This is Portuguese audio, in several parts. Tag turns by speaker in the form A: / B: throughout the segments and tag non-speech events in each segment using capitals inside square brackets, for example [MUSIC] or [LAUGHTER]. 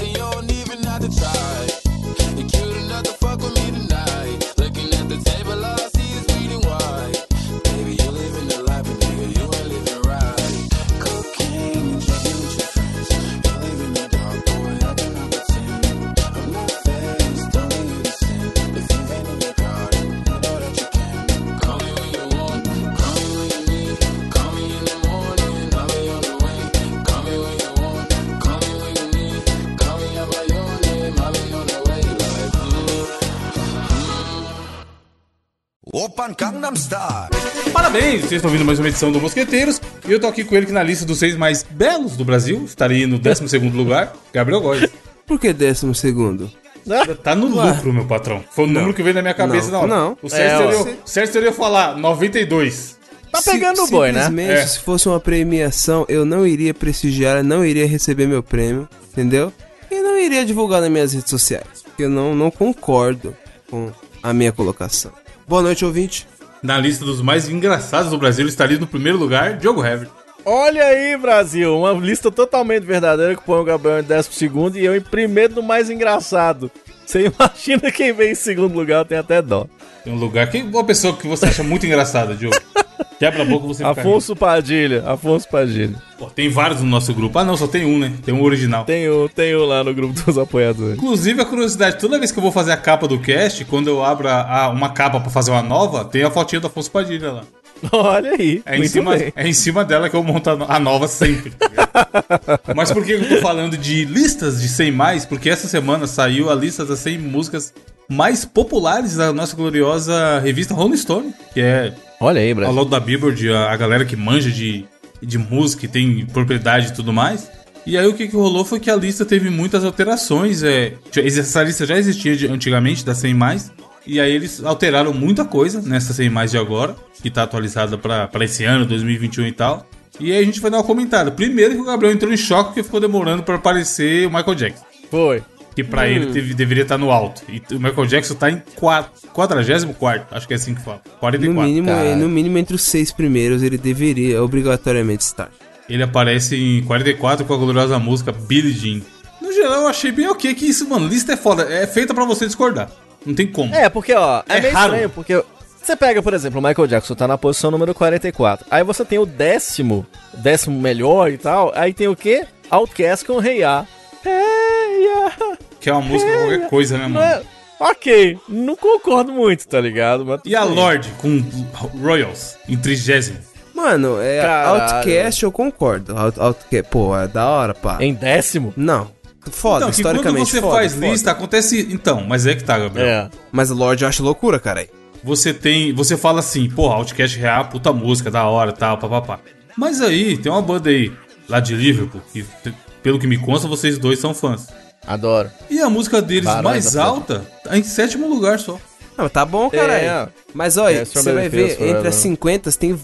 A: you don't even have to try. You're cute enough to fuck with me tonight. Looking at the table, all I see is bleeding white. Baby, you living the life, but nigga, you ain't living right. Cocaine and drinking with your friends. You live in the dark, boy, I cannot pretend. I'm not faced, don't need you to sin. If you ain't in your garden, you know that you can. Call me when you want, call me when you need. Call me in the morning, I'll be on the way. Call me when you want, call me when you need. Call me out by your name, I'll be on the way. Like, mm.
B: Open Gangnam Style.
C: Parabéns, vocês estão ouvindo mais uma edição do Mosqueteiros. E eu tô aqui com ele que na lista dos seis mais belos do Brasil, estaria no 12 lugar, Gabriel Góes.
D: Por que décimo segundo?
C: Tá no lucro, meu patrão. Foi o número que veio na minha cabeça
D: Não,
C: na hora.
D: não.
C: O Sérgio,
E: É,
C: teria-
E: ó.
C: o Sérgio teria falar 92.
E: Tá pegando o boi, né?
D: Simplesmente,
C: É.
D: se fosse uma premiação, eu não iria prestigiar, não iria receber meu prêmio, entendeu? E não iria divulgar nas minhas redes sociais. Porque eu não, não concordo com a minha colocação. Boa noite, ouvinte.
C: Na lista dos mais engraçados do Brasil, estaria no primeiro lugar, Diogo Hever.
E: Olha aí, Brasil, uma lista totalmente verdadeira que põe o Gabriel em décimo segundo e eu em primeiro do mais engraçado. Você [LAUGHS] imagina quem vem em segundo lugar, tem até dó.
C: Tem um lugar que uma pessoa que você acha muito engraçada, Diogo. Quebra a boca você fica rindo.
E: Afonso Padilha, Afonso Padilha.
C: Pô, Tem vários no nosso grupo. Ah, não, só tem um, né? Tem um original.
E: Tem um, tem um lá no grupo dos apoiadores. [LAUGHS]
C: Inclusive, a curiosidade, toda vez que eu vou fazer a capa do cast, quando eu abro a- a- uma capa pra fazer uma nova, tem a fotinha do Afonso Padilha lá.
E: Olha aí,
C: É em,
E: muito
C: cima,
E: bem.
C: é em cima dela que eu monto a no- a nova sempre. tá
E: [LAUGHS]
C: ligado? Mas por que eu tô falando de listas de 100 mais? Porque essa semana saiu a lista das 100 músicas mais populares da nossa gloriosa revista Rolling Stone, que é
E: Olha aí,
C: ao
E: Brasil.
C: lado da Billboard, a, a galera que manja de, de música e tem propriedade e tudo mais. E aí o que, que rolou foi que a lista teve muitas alterações. É, já- essa lista já existia de- antigamente, da 100 mais. E aí eles alteraram muita coisa nessa 100 mais de agora, que tá atualizada pra pra esse ano, 2021 e tal. E aí a gente vai dar uma comentada. Primeiro que o Gabriel entrou em choque porque ficou demorando pra aparecer o Michael Jackson.
E: Foi.
C: Que
D: Hum.
C: pra ele teve- deveria estar no alto. E o Michael Jackson tá em 4, 44, acho que é assim que fala. 44.
D: No mínimo, é,
E: cara.
D: no mínimo, entre os seis primeiros, ele deveria obrigatoriamente estar.
C: Ele aparece em 44 com a gloriosa música Billie Jean. No geral, eu achei bem ok que isso, mano. Lista é foda. É feita pra você discordar. Não tem como.
E: É, porque, ó, é,
C: É
E: meio
C: raro.
E: estranho, porque você pega, por exemplo, o Michael Jackson tá na posição número 44. Aí você tem o décimo, décimo melhor e tal. Aí tem o quê? Outcast com Rei A. Hey, ya.
C: Que é uma música qualquer coisa, né,
E: Não
C: mano?
E: é- Ok, não concordo muito, tá ligado? Mas
C: E a
E: tudo bem.
C: Lorde com Royals em 30.
D: Mano, é
E: Caralho.
D: Outcast eu concordo. Out, Outcast, pô, é da hora, pá.
E: Em décimo?
D: Não. Foda,
C: Então, que quando
D: historicamente
C: você
D: foda,
C: faz
D: foda.
C: lista, acontece. Então, mas é que tá, Gabriel.
E: É.
D: Mas o Lorde eu acho loucura, cara.
C: você tem. Você fala assim, porra, Outcast real, puta música, da hora tal, papapá. Mas aí, tem uma banda aí, lá de Liverpool, que, pe- pelo que me consta, vocês dois são fãs.
E: Adoro.
C: E a música deles
E: Barões
C: mais
E: da
C: alta tá em sétimo lugar só.
D: Não, tá bom, caralho.
E: É.
D: Mas olha,
E: É,
D: você vai ver,
E: Strawberry Fields
D: entre
E: Forever.
D: as 50 tem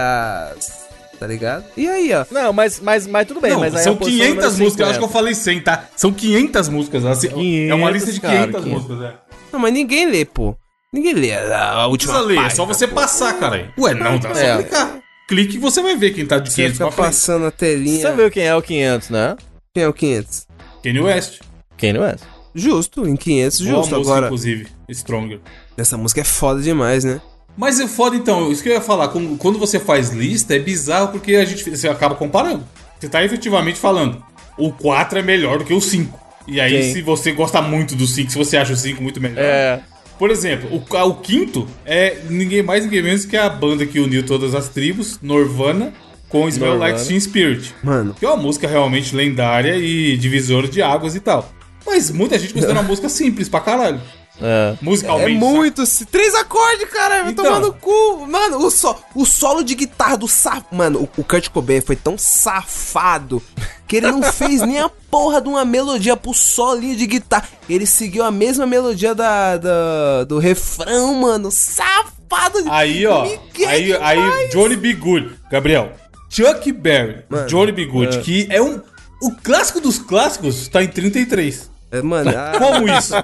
D: várias. Tá ligado? E aí, ó.
E: Não, mas, mas, mas tudo bem.
C: não,
E: mas aí
C: são
E: a posição
C: 500
E: número
C: músicas, eu acho que eu
E: 50.
C: falei 100, tá? São 500 músicas, assim, é uma lista de
E: 500, cara,
C: 500 músicas, é.
D: Não, mas ninguém lê, pô. Ninguém lê a a
C: Não
D: última
C: precisa ler, é
D: página,
C: só você
D: pô.
C: passar, caralho. Ué, não, dá
E: É.
C: só clicar. Clique e você vai ver quem tá de
D: Você
C: 500 pra
D: fica
C: frente.
D: passando a telinha.
E: Você viu quem é o 500, né?
D: Quem é o 500?
C: Kanye West.
E: Quem não é?
D: Justo, em 500,
C: Boa
D: justo.
C: música,
D: Agora,
C: inclusive, Stronger.
D: essa música é foda demais, né?
C: Mas é foda então, isso que eu ia falar, como- quando você faz lista, é bizarro porque a gente você acaba comparando. Você tá efetivamente falando, o 4 é melhor do que o 5. E aí,
E: Sim.
C: se você gosta muito do 5, se você acha o 5 muito melhor.
E: É.
C: Por exemplo, o, ca- o quinto é ninguém mais, ninguém menos que a banda que uniu todas as tribos, Norvana, com Smell
E: Norvana.
C: Like Teen Spirit.
D: Mano.
C: Que é uma música realmente lendária e divisora de águas e tal. Mas muita gente considera
D: [LAUGHS]
C: uma música simples pra caralho.
E: É.
D: É
C: Musicalmente.
D: muito. si- Três acordes, cara. Vai
C: Então.
D: tomar no cu. Mano, o, so- o solo de guitarra do safado. Mano, o, o Kurt Cobain foi tão safado que ele não fez nem
C: [LAUGHS]
D: a porra de uma melodia pro solinho de guitarra. Ele seguiu a mesma melodia da, da- do refrão, mano. Safado.
C: Aí, ó.
D: Miguel
C: Aí,
D: demais.
C: aí, Johnny B. Good. Gabriel. Chuck Berry. Johnny B. Good, que é um. O clássico dos clássicos tá em 33.
D: É, Mano,
C: [LAUGHS]
D: ah,
C: Como isso?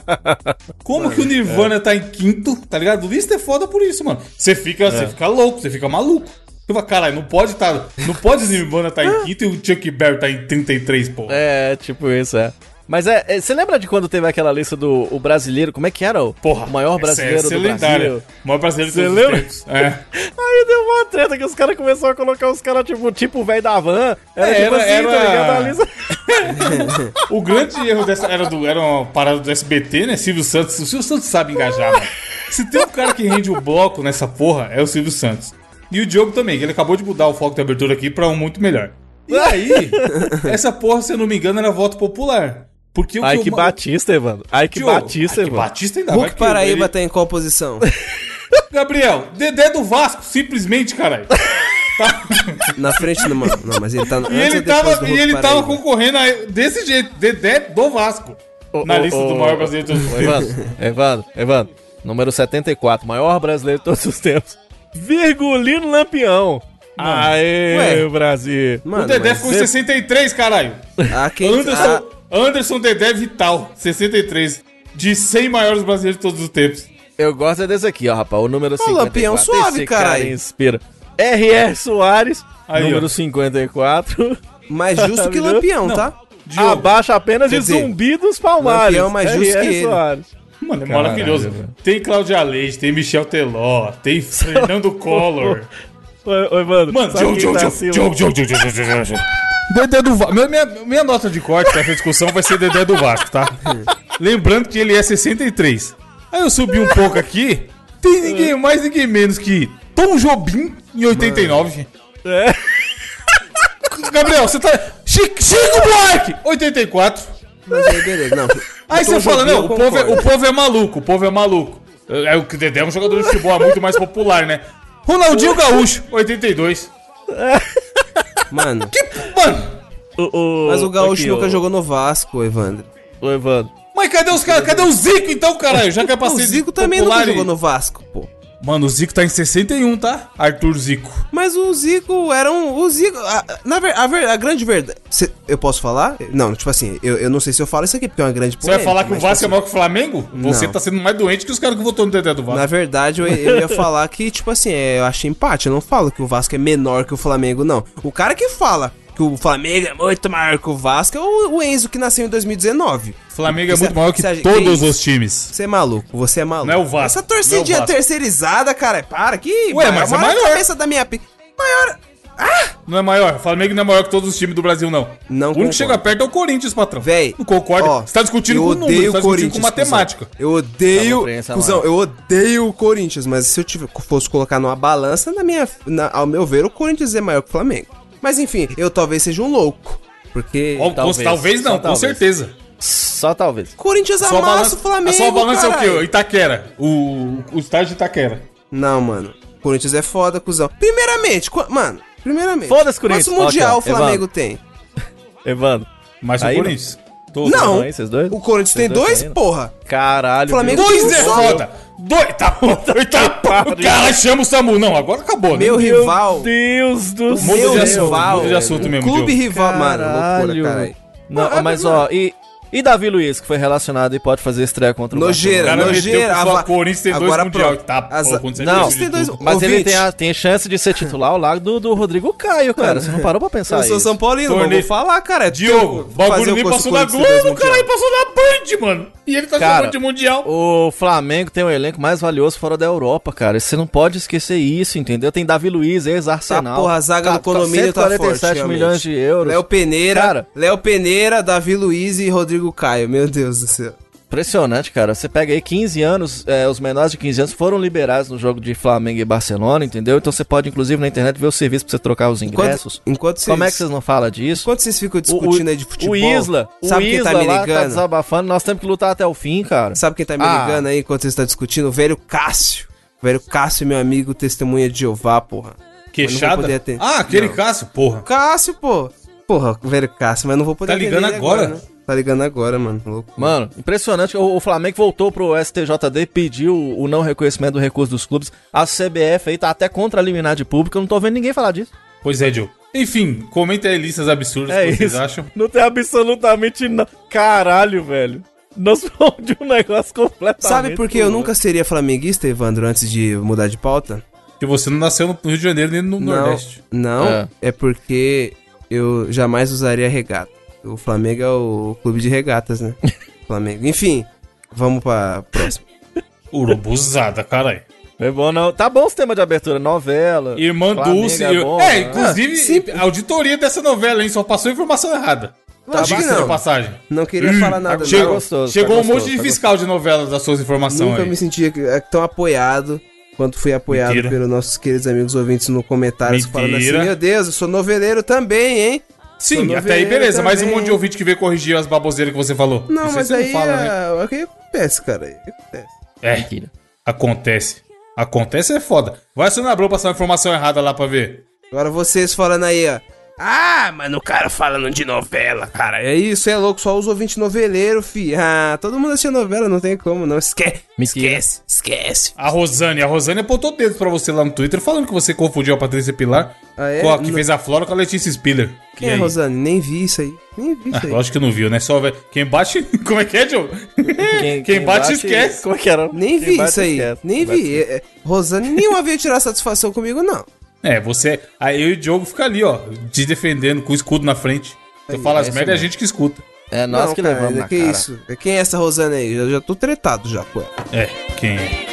C: Como que o Nirvana tá em quinto, tá ligado? Lista é foda por isso, mano. Você fica, você fica louco, você fica maluco. Você fala, caralho, não pode
E: Ah.
C: tá. Não pode o Nirvana tá em quinto e o Chuck Berry tá em 33, pô.
E: É, tipo isso, é. Mas é, é, você lembra de quando teve aquela lista do o brasileiro, como é que era? O, o maior
C: é
E: brasileiro do Brasil.
C: O maior brasileiro
E: Você
C: de todos os
E: lembra?
C: tempos. É.
E: Aí deu uma treta que os caras começaram a colocar os caras, tipo, tipo o velho da van. Era,
C: É,
E: tipo
C: era-
E: assim, tá
C: era-
E: ligado? A lista-
C: O grande erro dessa era, do, era uma parada do SBT, né? Silvio Santos. O Silvio Santos sabe engajar, mano. Se tem um cara que rende o bloco nessa porra, é o Silvio Santos. E o Diogo também, que ele acabou de mudar o foco da abertura aqui pra um muito melhor. E aí, [LAUGHS] essa porra, se eu não me engano, era voto popular. Porque o
E: Ai,
C: eu
E: que
C: ma-
E: Batista, Evandro. Ai, que
C: Diogo,
E: Batista,
C: ai, que
E: Evandro.
C: Batista ainda vai
D: Hulk
C: é que
D: Paraíba
C: ele-
D: tá em qual posição?
C: Gabriel, Dedé do Vasco, simplesmente, caralho.
D: Na frente do mano. Não, mas ele tá
C: E ele, tava, e ele tava concorrendo a- desse jeito, Dedé do Vasco.
E: Ô,
C: na
E: ô,
C: lista do
E: ô,
C: maior
E: ô,
C: brasileiro de todos os
E: ô,
C: tempos.
E: Evandro, Evandro, Evandro. Número 74, maior brasileiro de todos os tempos. Virgulino Lampião.
C: Ah.
E: Aê,
D: Ué.
E: Brasil.
D: Mano,
C: o Dedé ficou em
E: Ah, você- tá-
C: 63, caralho.
D: a quem...
C: Anderson,
D: a-
C: Anderson Dedé Vital, 63. De 100 maiores brasileiros de todos os tempos.
E: Eu gosto é desse aqui, ó, rapaz. O número 54.
D: Lampião suave,
E: Esse cara
D: caralho.
E: inspira. R.R. Soares,
C: Aí,
E: número
C: ó.
E: 54.
D: mais justo que Lampião, tá?
C: Diogo.
E: Abaixo apenas
D: Quer
E: de
D: dizer,
E: zumbi dos palmares.
D: Lampião é mais justo que ele.
E: Soares.
C: Mano, é
E: Caralho,
C: maravilhoso.
E: velho.
C: Tem Cláudia Leite, tem Michel Teló, tem
E: [LAUGHS]
C: Fernando Collor.
E: Oi, oi, mano.
C: Mano,
E: sabe
C: Diogo,
E: quem
C: Diogo,
E: tá
C: Diogo,
E: acima?
C: Diogo, Diogo, Diogo, Diogo, Diogo, Diogo. Dedé do Vasco. Minha, minha, minha nota de corte pra essa discussão vai ser Dedé do Vasco,
E: [LAUGHS]
C: tá? Lembrando que ele é 63. Aí eu subi um pouco aqui. Tem ninguém mais, ninguém menos que Tom Jobim em 89.
E: É.
C: [LAUGHS] Gabriel, você tá. Chico, Chico Buarque! 84.
D: Mas [LAUGHS] aí, beleza. Não.
C: Aí
D: Tom
C: você fala,
D: Jobim,
C: não,
D: eu
C: o povo, é,
D: concordo.
C: o povo é maluco, o povo é maluco. É, o que Dedé é um jogador de futebol muito mais popular, né? Ronaldinho Gaúcho, 82.
D: Mano,
C: Mano,
E: O,
D: [LAUGHS]
E: o,
D: mas o Gaúcho
E: aqui,
D: nunca
E: o-
D: jogou no Vasco, Evandro.
E: O Evandro.
C: mas cadê os caras? Cadê o Zico então, caralho? Já
D: [LAUGHS]
C: que é pra
D: O
C: ser
D: Zico também
C: popular
D: nunca
C: e-
D: jogou no Vasco, pô.
C: Mano, o Zico tá em 61, tá? Arthur Zico.
D: Mas o Zico era um. O Zico. A, na ver, a, ver- a grande verdade. Cê- eu posso falar? Não, tipo assim, eu, eu não sei se eu falo isso aqui, porque é uma grande
C: Você vai
D: polêmica,
C: falar que o
D: mas,
C: Vasco é
D: tipo assim,
C: maior que o Flamengo? Você
D: Não.
C: tá sendo mais doente que os caras que votou no Dedé do Vasco.
D: assim, Na verdade, eu, eu ia falar que, tipo assim, é, eu achei empate. Eu não falo que o Vasco é menor que o Flamengo, não. O cara que fala que o Flamengo é muito maior que o Vasco é o, o Enzo, que nasceu em 2019.
C: O Flamengo é
D: Você-
C: muito maior que
D: você acha- que
C: todos
D: isso?
C: os times.
D: Você é maluco, você é maluco.
C: Não é o Vasco,
D: Essa
C: não é o
D: torcidinha
C: Vasco.
D: terceirizada, cara, para que.
C: Ué, mas é
D: maior
C: maior.
D: cabeça da minha. pi- Maior.
C: Não é maior. O Flamengo não é maior que todos os times do Brasil, não. O único
D: Não concordo.
C: que chega perto é o Corinthians, patrão.
D: Véi.
C: Não concorda?
D: ó,
C: você tá discutindo
D: eu
C: com
D: odeio
C: números, você tá
D: o Corinthians,
C: discutindo com matemática.
D: Cuzão. Eu odeio.
E: compreensão,
D: Cuzão, eu odeio o Corinthians, mas se eu tiver- fosse colocar numa balança, na minha, na- ao meu ver, o Corinthians é maior que o Flamengo. Mas enfim, eu talvez seja um louco. Porque.
C: Ó, com- Talvez,
E: Talvez,
C: não,
E: só
C: com
E: talvez.
C: certeza.
E: Só talvez.
D: Corinthians
C: Só a
D: amassa
C: balança,
D: o É Flamengo.
C: só a balança é o quê?
D: caralho.
C: Itaquera. O, o estádio de Itaquera.
D: Não, mano. Corinthians é foda, cuzão. Primeiramente, qu- mano, primeiramente.
E: Foda-se, Corinthians.
D: Quantos mundial
E: Ó,
D: o
E: aqui, ó,
D: Flamengo tem?
E: Evandro.
C: Mas
E: Aí,
C: o Corinthians. Todo.
D: Não.
E: Aí, vocês dois? tá
D: O Corinthians tem
E: Vocês
D: dois,
E: também, não?
D: porra.
E: Caralho.
D: Flamengo-
C: Dois
D: Meu
C: é
D: Deus.
C: foda. Dois. Tá puta. Tá puta. Cara, chama o Samu. Não, agora acabou.
D: Meu
C: né?
E: Meu
D: rival.
E: Deus do céu.
C: Muda de assunto,
D: rival,
C: muda de assunto
D: o
C: mesmo,
D: Clube
C: Diogo.
D: rival, mano. Loucura,
E: Caralho.
D: caralho.
E: Não,
D: ah,
E: ah, mas ó, e, e Davi Luiz, que foi relacionado e pode fazer estreia contra o
D: Nojeira,
E: Barcelona?
C: cara meteu
D: nojeira.
C: pro
D: a
C: só
D: va-
C: Corinthians tem dois
D: agora
C: mundial.
D: pronto.
C: Tá, pô,
D: As-
C: quando você
D: Não,
C: perde
D: tem
C: de
D: dois.
E: Mas ele
D: Ouvinte,
E: tem, a- tem chance de ser titular ao lado do, do Rodrigo Caio, cara. Você não parou pra pensar
D: Eu
E: isso.
D: sou São Paulino,
C: Tornei-
D: vamos falar, cara. é
C: Diogo, o bagulho nem passou na Globo, caralho. Passou na Band, mano. E ele tá
E: Cara,
C: jogando de mundial.
E: O Flamengo tem o elenco mais valioso fora da Europa, cara. Você não pode esquecer isso, entendeu? Tem Davi Luiz, ex-Arsenal.
D: Tá, porra, a zaga do condomínio tá forte,
E: 147
D: realmente. É
E: milhões de euros.
D: Léo Peneira,
E: Cara.
D: Léo Peneira, Davi Luiz e Rodrigo Caio. Meu Deus do céu.
E: Impressionante, cara. Você pega aí 15 anos, é, os menores de 15 anos foram liberados no jogo de Flamengo e Barcelona, entendeu? Então você pode, inclusive, na internet ver o serviço pra você trocar os ingressos.
D: Enquanto, enquanto vocês,
E: Como é que vocês não falam disso?
D: enquanto vocês ficam discutindo aí de futebol,
E: O Isla,
D: sabe
E: o
D: quem
E: Isla
D: tá me
E: lá tá
D: ligando?
E: desabafando, nós temos que lutar até o fim, cara.
D: Sabe quem tá me
E: Ah.
D: ligando aí enquanto vocês estão discutindo? O velho Cássio. O velho Cássio, meu amigo, testemunha de Jeová, porra. Eu não vou
C: Queixada.
D: poder atender.
C: Ah, aquele
D: Não.
C: Cássio, porra.
D: Cássio, pô. Porra, o velho Cássio, mas não vou poder
C: Tá ligando
D: atender ele
C: agora?
D: né? Tá ligando agora, mano. Louco.
E: Mano, impressionante. O, o Flamengo voltou pro STJD, pediu o não reconhecimento do recurso dos clubes. A CBF aí tá até contra a liminar de público. Eu não tô vendo ninguém falar disso.
C: Pois é, Diogo. Enfim, comenta aí listas absurdas
E: É
C: que vocês
E: isso.
C: acham.
E: Não tem absolutamente nada. Caralho, velho. Nós [LAUGHS] falamos de um negócio completamente.
D: Sabe por que eu
E: né?
D: nunca seria flamenguista, Evandro, antes de mudar de pauta?
C: Que você não nasceu no Rio de Janeiro nem no Nordeste.
D: É Não, não é. porque eu jamais usaria regata. O Flamengo é o clube de regatas,
E: [LAUGHS]
D: né? Flamengo. Enfim, vamos pra próxima.
C: Urubuzada, caralho.
E: Não é bom, não. Tá bom o tema de abertura, novela.
C: Irmã
E: Flamengo
C: Dulce.
E: É,
C: É,
E: bom, né?
C: inclusive,
D: Ah,
C: a auditoria dessa novela, hein? Só passou informação errada.
D: Lógico que
C: Diga-se de
D: não.
C: passagem.
D: Não queria falar nada,
E: chega.
C: Chegou,
E: Tá
D: não.
E: gostoso,
C: chegou
E: tá
C: um
E: gostoso,
C: monte de
E: tá
C: fiscal de novela das suas informações
D: Nunca
C: aí.
D: me senti eh, tão apoiado quanto fui apoiado
C: Mentira.
D: pelos nossos queridos amigos ouvintes no comentário falando assim:
C: Mentira.
D: Meu Deus, eu sou noveleiro também, hein? Sou
C: Sim, até aí
D: noveleiro
C: beleza, mas um
D: também.
C: monte de ouvinte que veio corrigir as baboseiras que você falou.
D: Não,
C: Isso
D: mas
C: você
D: aí.
C: fala, né?
D: ah, O que acontece, cara? O que acontece?
C: É, acontece. Acontece é foda. Vai se na Globo passar uma informação errada lá pra ver.
D: Agora vocês falando aí, ó. Ah, mano, o cara falando de novela, cara. É isso, é louco, só os ouvintes noveleiros, fi. Ah, todo mundo assiste novela, não tem como, não. Esquece,
E: Mentira.
D: esquece, esquece.
C: A Rosane, a Rosane apontou o dedo pra você lá no Twitter falando que você confundiu a Patrícia Pilar
D: Ah, é?
C: com a que
D: Não.
C: fez a Flora com a Letícia Spiller.
D: Quem
C: E
D: é,
C: aí?
D: Rosane? Nem vi isso aí. Nem vi
C: Ah,
D: isso aí.
C: lógico que não viu, né? Só vai- quem bate. [LAUGHS] Como é que é, Joe? Quem, bate, esquece.
E: Como é que era?
D: Nem
E: Quem
D: vi
E: bate,
D: isso aí.
E: esquece.
D: Nem
E: Quem bate,
D: vi. É, é, Rosane nenhuma veio tirar satisfação comigo, não.
C: É, você. Aí eu e o Diogo fica ali, ó, te defendendo com o escudo na frente. Você fala as
E: isso
C: merda e a
E: mesmo.
C: gente que escuta.
E: É nós
D: não,
E: que
D: cara,
E: levamos na
D: que
E: cara.
D: isso? Quem é essa Rosane aí? Eu já tô tretado já com ela.
C: É, quem é?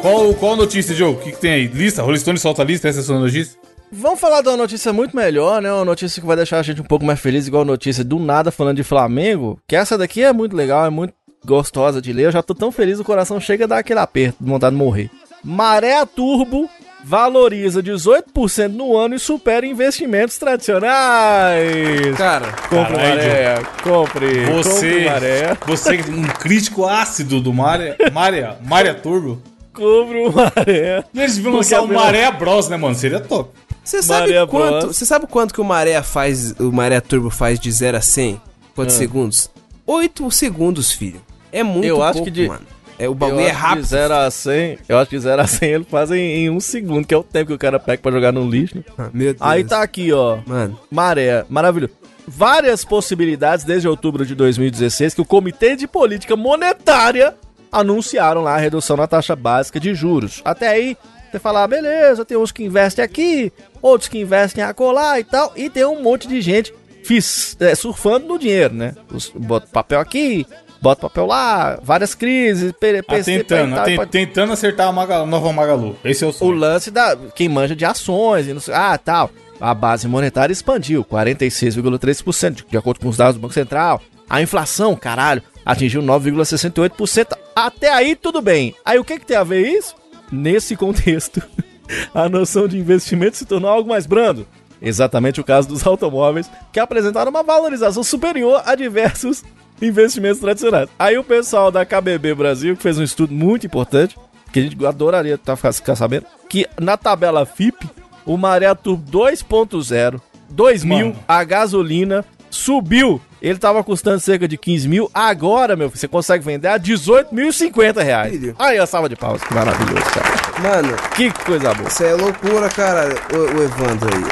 C: Qual, qual notícia, Diogo? O que, que tem aí? Lista? Rolling Stone solta a lista? Essa é a sua notícia?
E: Vamos falar de uma notícia muito melhor, né? Uma notícia que vai deixar a gente um pouco mais feliz, igual a notícia do nada falando de Flamengo. Que essa daqui é muito legal, é muito gostosa de ler. Eu já tô tão feliz, o coração chega a dar aquele aperto, vontade de morrer. Maré Turbo valoriza 18% no ano e supera investimentos tradicionais.
D: Cara,
E: Compre
C: Caralho.
E: Maré, compre, compre
C: Você,
E: Maré,
C: você que é um crítico ácido do Maria, Maria, Maria Turbo.
E: compre o Maré.
C: E eles viram
E: Porque
C: lançar
E: a
C: o
E: primeira-
C: Maré Bros, né, mano? Seria top.
D: você sabe
E: Maria
D: quanto?
E: Bros.
D: Você sabe quanto que o Maré faz, o Maré Turbo faz de 0 a 100?
E: Ah.
D: Quantos segundos? 8 segundos, filho. É muito
E: Eu acho
D: pouco,
E: que de-
D: mano. É o
E: Eu
D: bagulho é
E: acho que
D: rápido.
E: De 0 a 100, eu acho que de 0 a 100 ele faz em, em um segundo, que é o tempo que o cara pega pra jogar no lixo. né?
D: Ah, Meu Deus.
E: Aí tá aqui, ó.
D: Mano.
E: Maré, maravilhoso. Várias possibilidades desde outubro de 2016 que o Comitê de Política Monetária anunciaram lá a redução na taxa básica de juros. Até aí, você fala, ah, beleza, tem uns que investem aqui, outros que investem acolá e tal, e tem um monte de gente fis- é, surfando no dinheiro, né? Os, bota papel aqui, bota papel lá, várias crises, pere- PC,
C: Atentando,
E: tal,
C: aten-
E: pode-
C: Tá tentando acertar a Magalu- nova Magalu. Esse é o
E: o
C: sonho.
E: lance da quem manja de ações e não sei, ah, tal. A base monetária expandiu 46,3% de, de acordo com os dados do Banco Central. A inflação, caralho, atingiu 9,68%. Até aí tudo bem. Aí o que que tem a ver isso? Nesse contexto, [LAUGHS] a noção de investimento se tornou algo mais brando. Exatamente o caso dos [LAUGHS] automóveis, que apresentaram uma valorização superior a diversos investimentos tradicionais. Aí o pessoal da KBB Brasil, que fez um estudo muito importante, que a gente adoraria tá, ficar, ficar sabendo, que na tabela FIP, o Maré Turbo 2.0, 2000,
C: Mano.
E: a gasolina subiu. Ele tava custando cerca de 15 mil, agora, meu filho, você consegue vender a 18.050 reais.
D: Filho.
E: Aí a salva de palmas, que maravilhoso, cara.
D: Mano,
E: Que coisa boa.
D: isso é loucura, cara. O, o Evandro aí,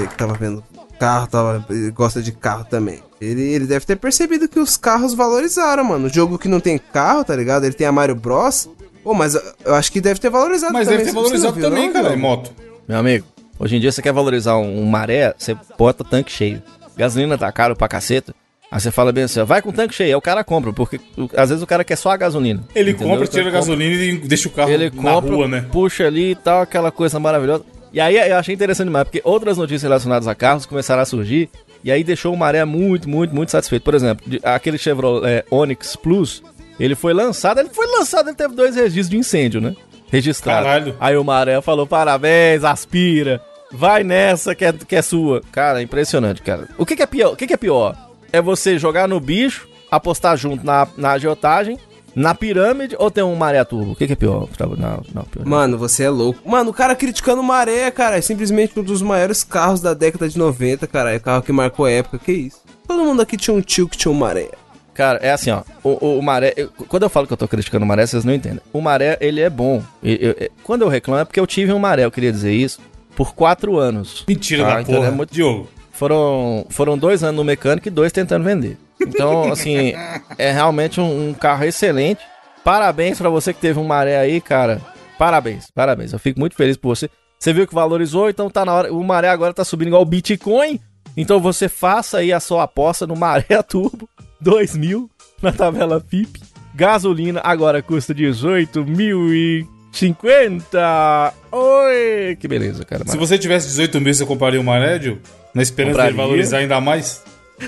D: que- que tava vendo carro, tava, ele gosta de carro também. Ele, ele deve ter percebido que os carros valorizaram, mano. O jogo que não tem carro, tá ligado? Ele tem a Mario Bros. Pô, mas eu- eu acho que deve ter valorizado
C: Mas
D: também.
C: deve ter
D: Você não
C: valorizado
D: viu,
C: também,
D: não,
C: cara,
D: Diogo?
C: em moto.
E: Meu amigo, hoje em dia você quer valorizar um, um maré, você bota tanque cheio. Gasolina tá caro pra caceta. Aí você fala bem assim, ó, vai com tanque cheio, aí o cara compra, porque o- às vezes o cara quer só a gasolina.
C: Ele
E: entendeu?
C: compra,
E: Então
C: tira a gasolina e deixa o carro
E: Ele
C: na
E: compra,
C: rua, né?
E: puxa ali e tal, aquela coisa maravilhosa. E aí eu achei interessante demais, porque outras notícias relacionadas a carros começaram a surgir, e aí deixou o Maré muito, muito, muito satisfeito. Por exemplo, de- aquele Chevrolet é, Onix Plus, ele foi lançado, ele foi lançado, ele teve dois registros de incêndio, né? Registrado.
C: Caralho.
E: Aí o Maré falou, parabéns, aspira, vai nessa que é, que é sua. Cara, impressionante, cara. O que, que é pior? O que, que é pior? É você jogar no bicho, apostar junto na, na agiotagem, na pirâmide ou ter um Maré Turbo? O que, que é pior, Gustavo? Não, não, pior.
D: Mano, você é louco. Mano, o cara criticando o Maré, cara. É simplesmente um dos maiores carros da década de 90, cara. É carro que marcou a época. Que isso? Todo mundo aqui tinha um tio que tinha um Maré.
E: Cara, é assim, ó. O, o- o Maré. eu- quando eu falo que eu tô criticando o Maré, vocês não entendem. O Maré, ele é bom. E- eu- é- quando eu reclamo é porque eu tive um Maré, eu queria dizer isso, por quatro anos.
C: Mentira
E: Ah,
C: da
E: então
C: porra.
E: é muito-
C: Diogo.
E: Foram, foram dois anos no mecânico e dois tentando vender. Então, assim, é realmente um, um carro excelente. Parabéns pra você que teve um maré aí, cara. Parabéns, parabéns. Eu fico muito feliz por você. Você viu que valorizou, então tá na hora. O maré agora tá subindo igual o Bitcoin. Então você faça aí a sua aposta no Maré [LAUGHS] Turbo 2000 na tabela FIP. Gasolina agora custa 18.050. Oi! Que beleza, cara.
C: Se você tivesse 18 mil, você compraria uma Rédio? Na esperança de
E: Compraria.
C: valorizar ainda mais?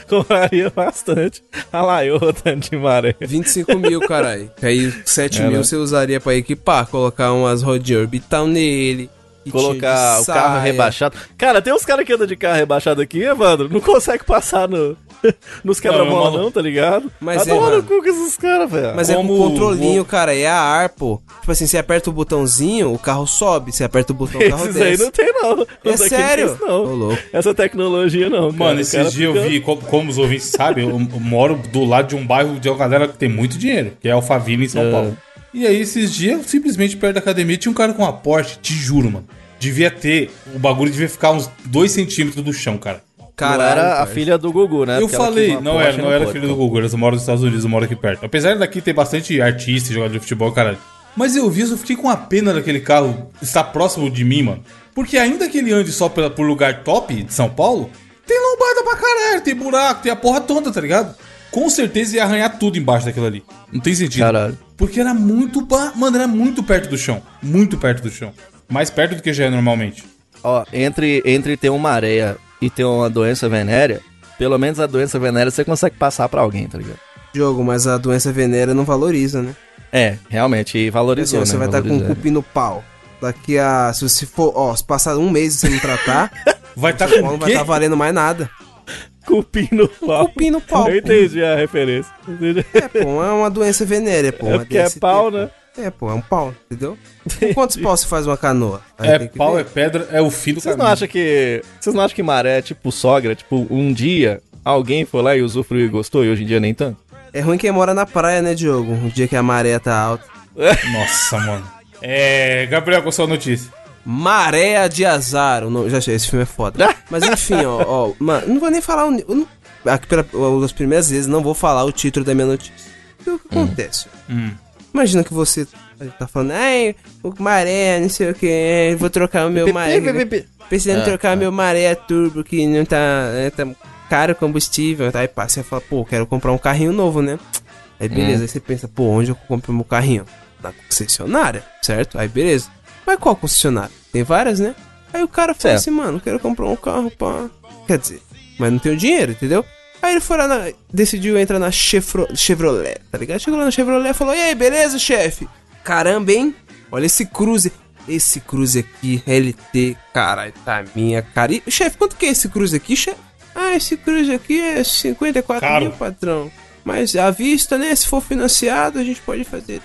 E: Compraria bastante. Ah A laiô, tanto de maré.
D: 25 mil, caralho. Aí 7
E: Era.
D: mil você usaria pra equipar, colocar umas rodinhas orbital nele. kit
E: Colocar
D: de
E: o carro
D: saia.
E: rebaixado. Cara, tem uns caras que andam de carro rebaixado aqui, Evandro. Não consegue passar no, [LAUGHS]
C: é
E: nos quebra-mola,
C: Não,
E: não,
C: eu-
E: tá ligado?
D: Mas
E: tá
D: é,
E: tomando
D: mano.
E: cu com esses caras, velho.
D: Mas é com
C: Como-
D: controlinho, cara. É a ar, pô. Tipo assim, você aperta o botãozinho, o carro sobe. Você aperta o botão,
E: [LAUGHS]
D: o um carro
E: [LAUGHS] Esses aí
D: desce.
E: não tem, não. Não tem
D: É
E: que ter
D: sério?
E: isso, não.
D: Ô, louco.
E: Essa tecnologia, não. cara.
C: Mano,
E: O
C: esses
E: cara
C: dias eu
E: fica-
C: vi, como, como os ouvintes sabem, eu, eu moro do lado de um bairro de uma galera que tem muito dinheiro, que é Alphaville em São Paulo. E aí, esses dias, simplesmente perto da academia, tinha um cara com uma Porsche, te juro, mano. Devia ter, o bagulho devia ficar uns 2 centímetros do chão, cara.
E: Não
D: Caralho,
E: era a
D: parça.
E: filha do Gugu, né?
C: eu
E: Porque ela quis
C: falei,
E: uma
C: não
E: Porsche,
C: era, não era
E: pode,
C: filho do
E: então.
C: Google, eu moro nos Estados Unidos, eu moro aqui perto. Apesar daqui ter bastante artista, jogador de futebol, caralho. Mas eu vi, eu fiquei com a pena daquele carro estar próximo de mim, mano. Porque ainda que ele ande só pela, por lugar top de São Paulo, tem lombada pra caralho, tem buraco, tem a porra toda, tá ligado? Com certeza ia arranhar tudo embaixo daquilo ali. Não tem sentido.
E: Caralho.
C: Porque era muito, ba- mano, era muito perto do chão. Muito perto do chão. Mais perto do que já é normalmente.
E: Ó, entre, entre ter uma areia e ter uma doença venérea, pelo menos a doença venérea você consegue passar pra alguém, tá ligado?
D: jogo, mas a doença venérea não valoriza, né?
E: É, realmente, e
D: Assim,
E: valorizou,
D: ó, você
E: né?
D: vai estar com o
E: Valorizou.
D: cupim no pau. Daqui a. Se você for. Ó, se passar um mês e você não
E: [LAUGHS]
D: tratar,
C: Vai estar
D: o pau
C: com
D: não
C: o
D: vai
C: quê?
D: estar valendo mais nada.
E: [LAUGHS] Cupim no pau.
D: cupim no pau,
E: Eu entendi a referência. Entendi.
D: É, pô, é uma doença venérea, pô.
E: [LAUGHS] É
D: uma
E: porque é
D: DST,
E: pau,
D: pô.
E: né?
D: É, pô, é um pau, entendeu? Com quantos paus você faz uma canoa? Aí
C: É
D: tem que
C: pau,
D: ver.
C: é pedra, é o fim do
E: Vocês não
C: caminho.
E: acham que. Vocês não acham que maré é tipo sogra? Tipo, um dia alguém foi lá e usufruiu e gostou e hoje em dia nem tanto?
D: É ruim quem mora na praia, né, Diogo? O dia que a maré tá alta.
C: Nossa, mano. É, Gabriel, qual a sua notícia?
D: Maré de Azar. o nome- já achei, esse filme é foda. Mas enfim, ó, ó, mano, não vou nem falar. o ni- eu não- aqui pela, uma das primeiras vezes, não vou falar o título da minha notícia. Porque O que acontece? Imagina que você tá falando, ai, o maré, não sei o que, vou trocar o meu
E: é
D: maré. Precisando trocar meu maré turbo que não tá, é, tá caro o combustível. Tá? Aí pá, você fala, pô, quero comprar um carrinho novo, né? Aí beleza, aí você pensa, pô, onde eu compro meu carrinho? Na concessionária, certo? Aí beleza. Mas qual concessionária? Tem várias, né? Aí o cara fala
E: Certo.
D: assim, mano, quero comprar um carro, pá. Quer dizer, mas não tenho dinheiro, entendeu? Aí ele foi lá, na, decidiu entrar na Chevro- Chevrolet, tá ligado? Chegou lá na Chevrolet e falou, e aí, beleza, chefe? Caramba, hein? Olha esse cruze. Esse cruze aqui, LT, caralho, tá minha cara. E, chefe, quanto que é esse cruze aqui, chefe? Ah, esse cruze aqui é 54
C: Caro.
D: mil, patrão. Mas à vista, né? Se for financiado, a gente pode fazer.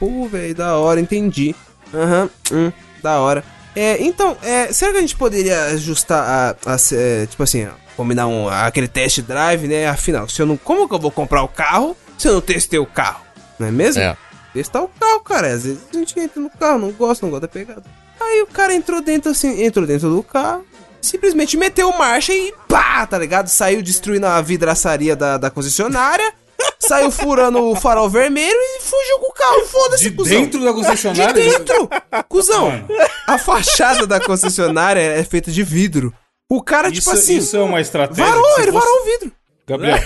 D: Pô, velho, da hora, entendi. Aham, hum, da hora. É, então, é, será que a gente poderia ajustar a. a- é, tipo assim, ó, combinar um, aquele test drive, né? Afinal, se eu não. Como que eu vou comprar o carro se eu não testei o carro? Não é mesmo?
E: É.
D: testar tá o carro, cara. Às vezes a gente entra no carro, não gosta, não gosta da pegada. Aí o cara entrou dentro assim, entrou dentro do carro, simplesmente meteu marcha e pá, tá ligado? Saiu destruindo a vidraçaria da, da
C: [LAUGHS]
D: concessionária, saiu furando o farol vermelho e fugiu com o carro. Foda-se,
C: De
D: cuzão. É,
C: dentro da
D: De
C: concessionária?
D: dentro! Cuzão,
C: Mano.
D: a fachada da concessionária é feita de vidro. O cara,
C: Isso,
D: tipo assim,
C: isso é uma estratégia.
D: varou,
C: que se
D: ele
C: fosse-
D: varou É. o vidro.
C: Gabriel,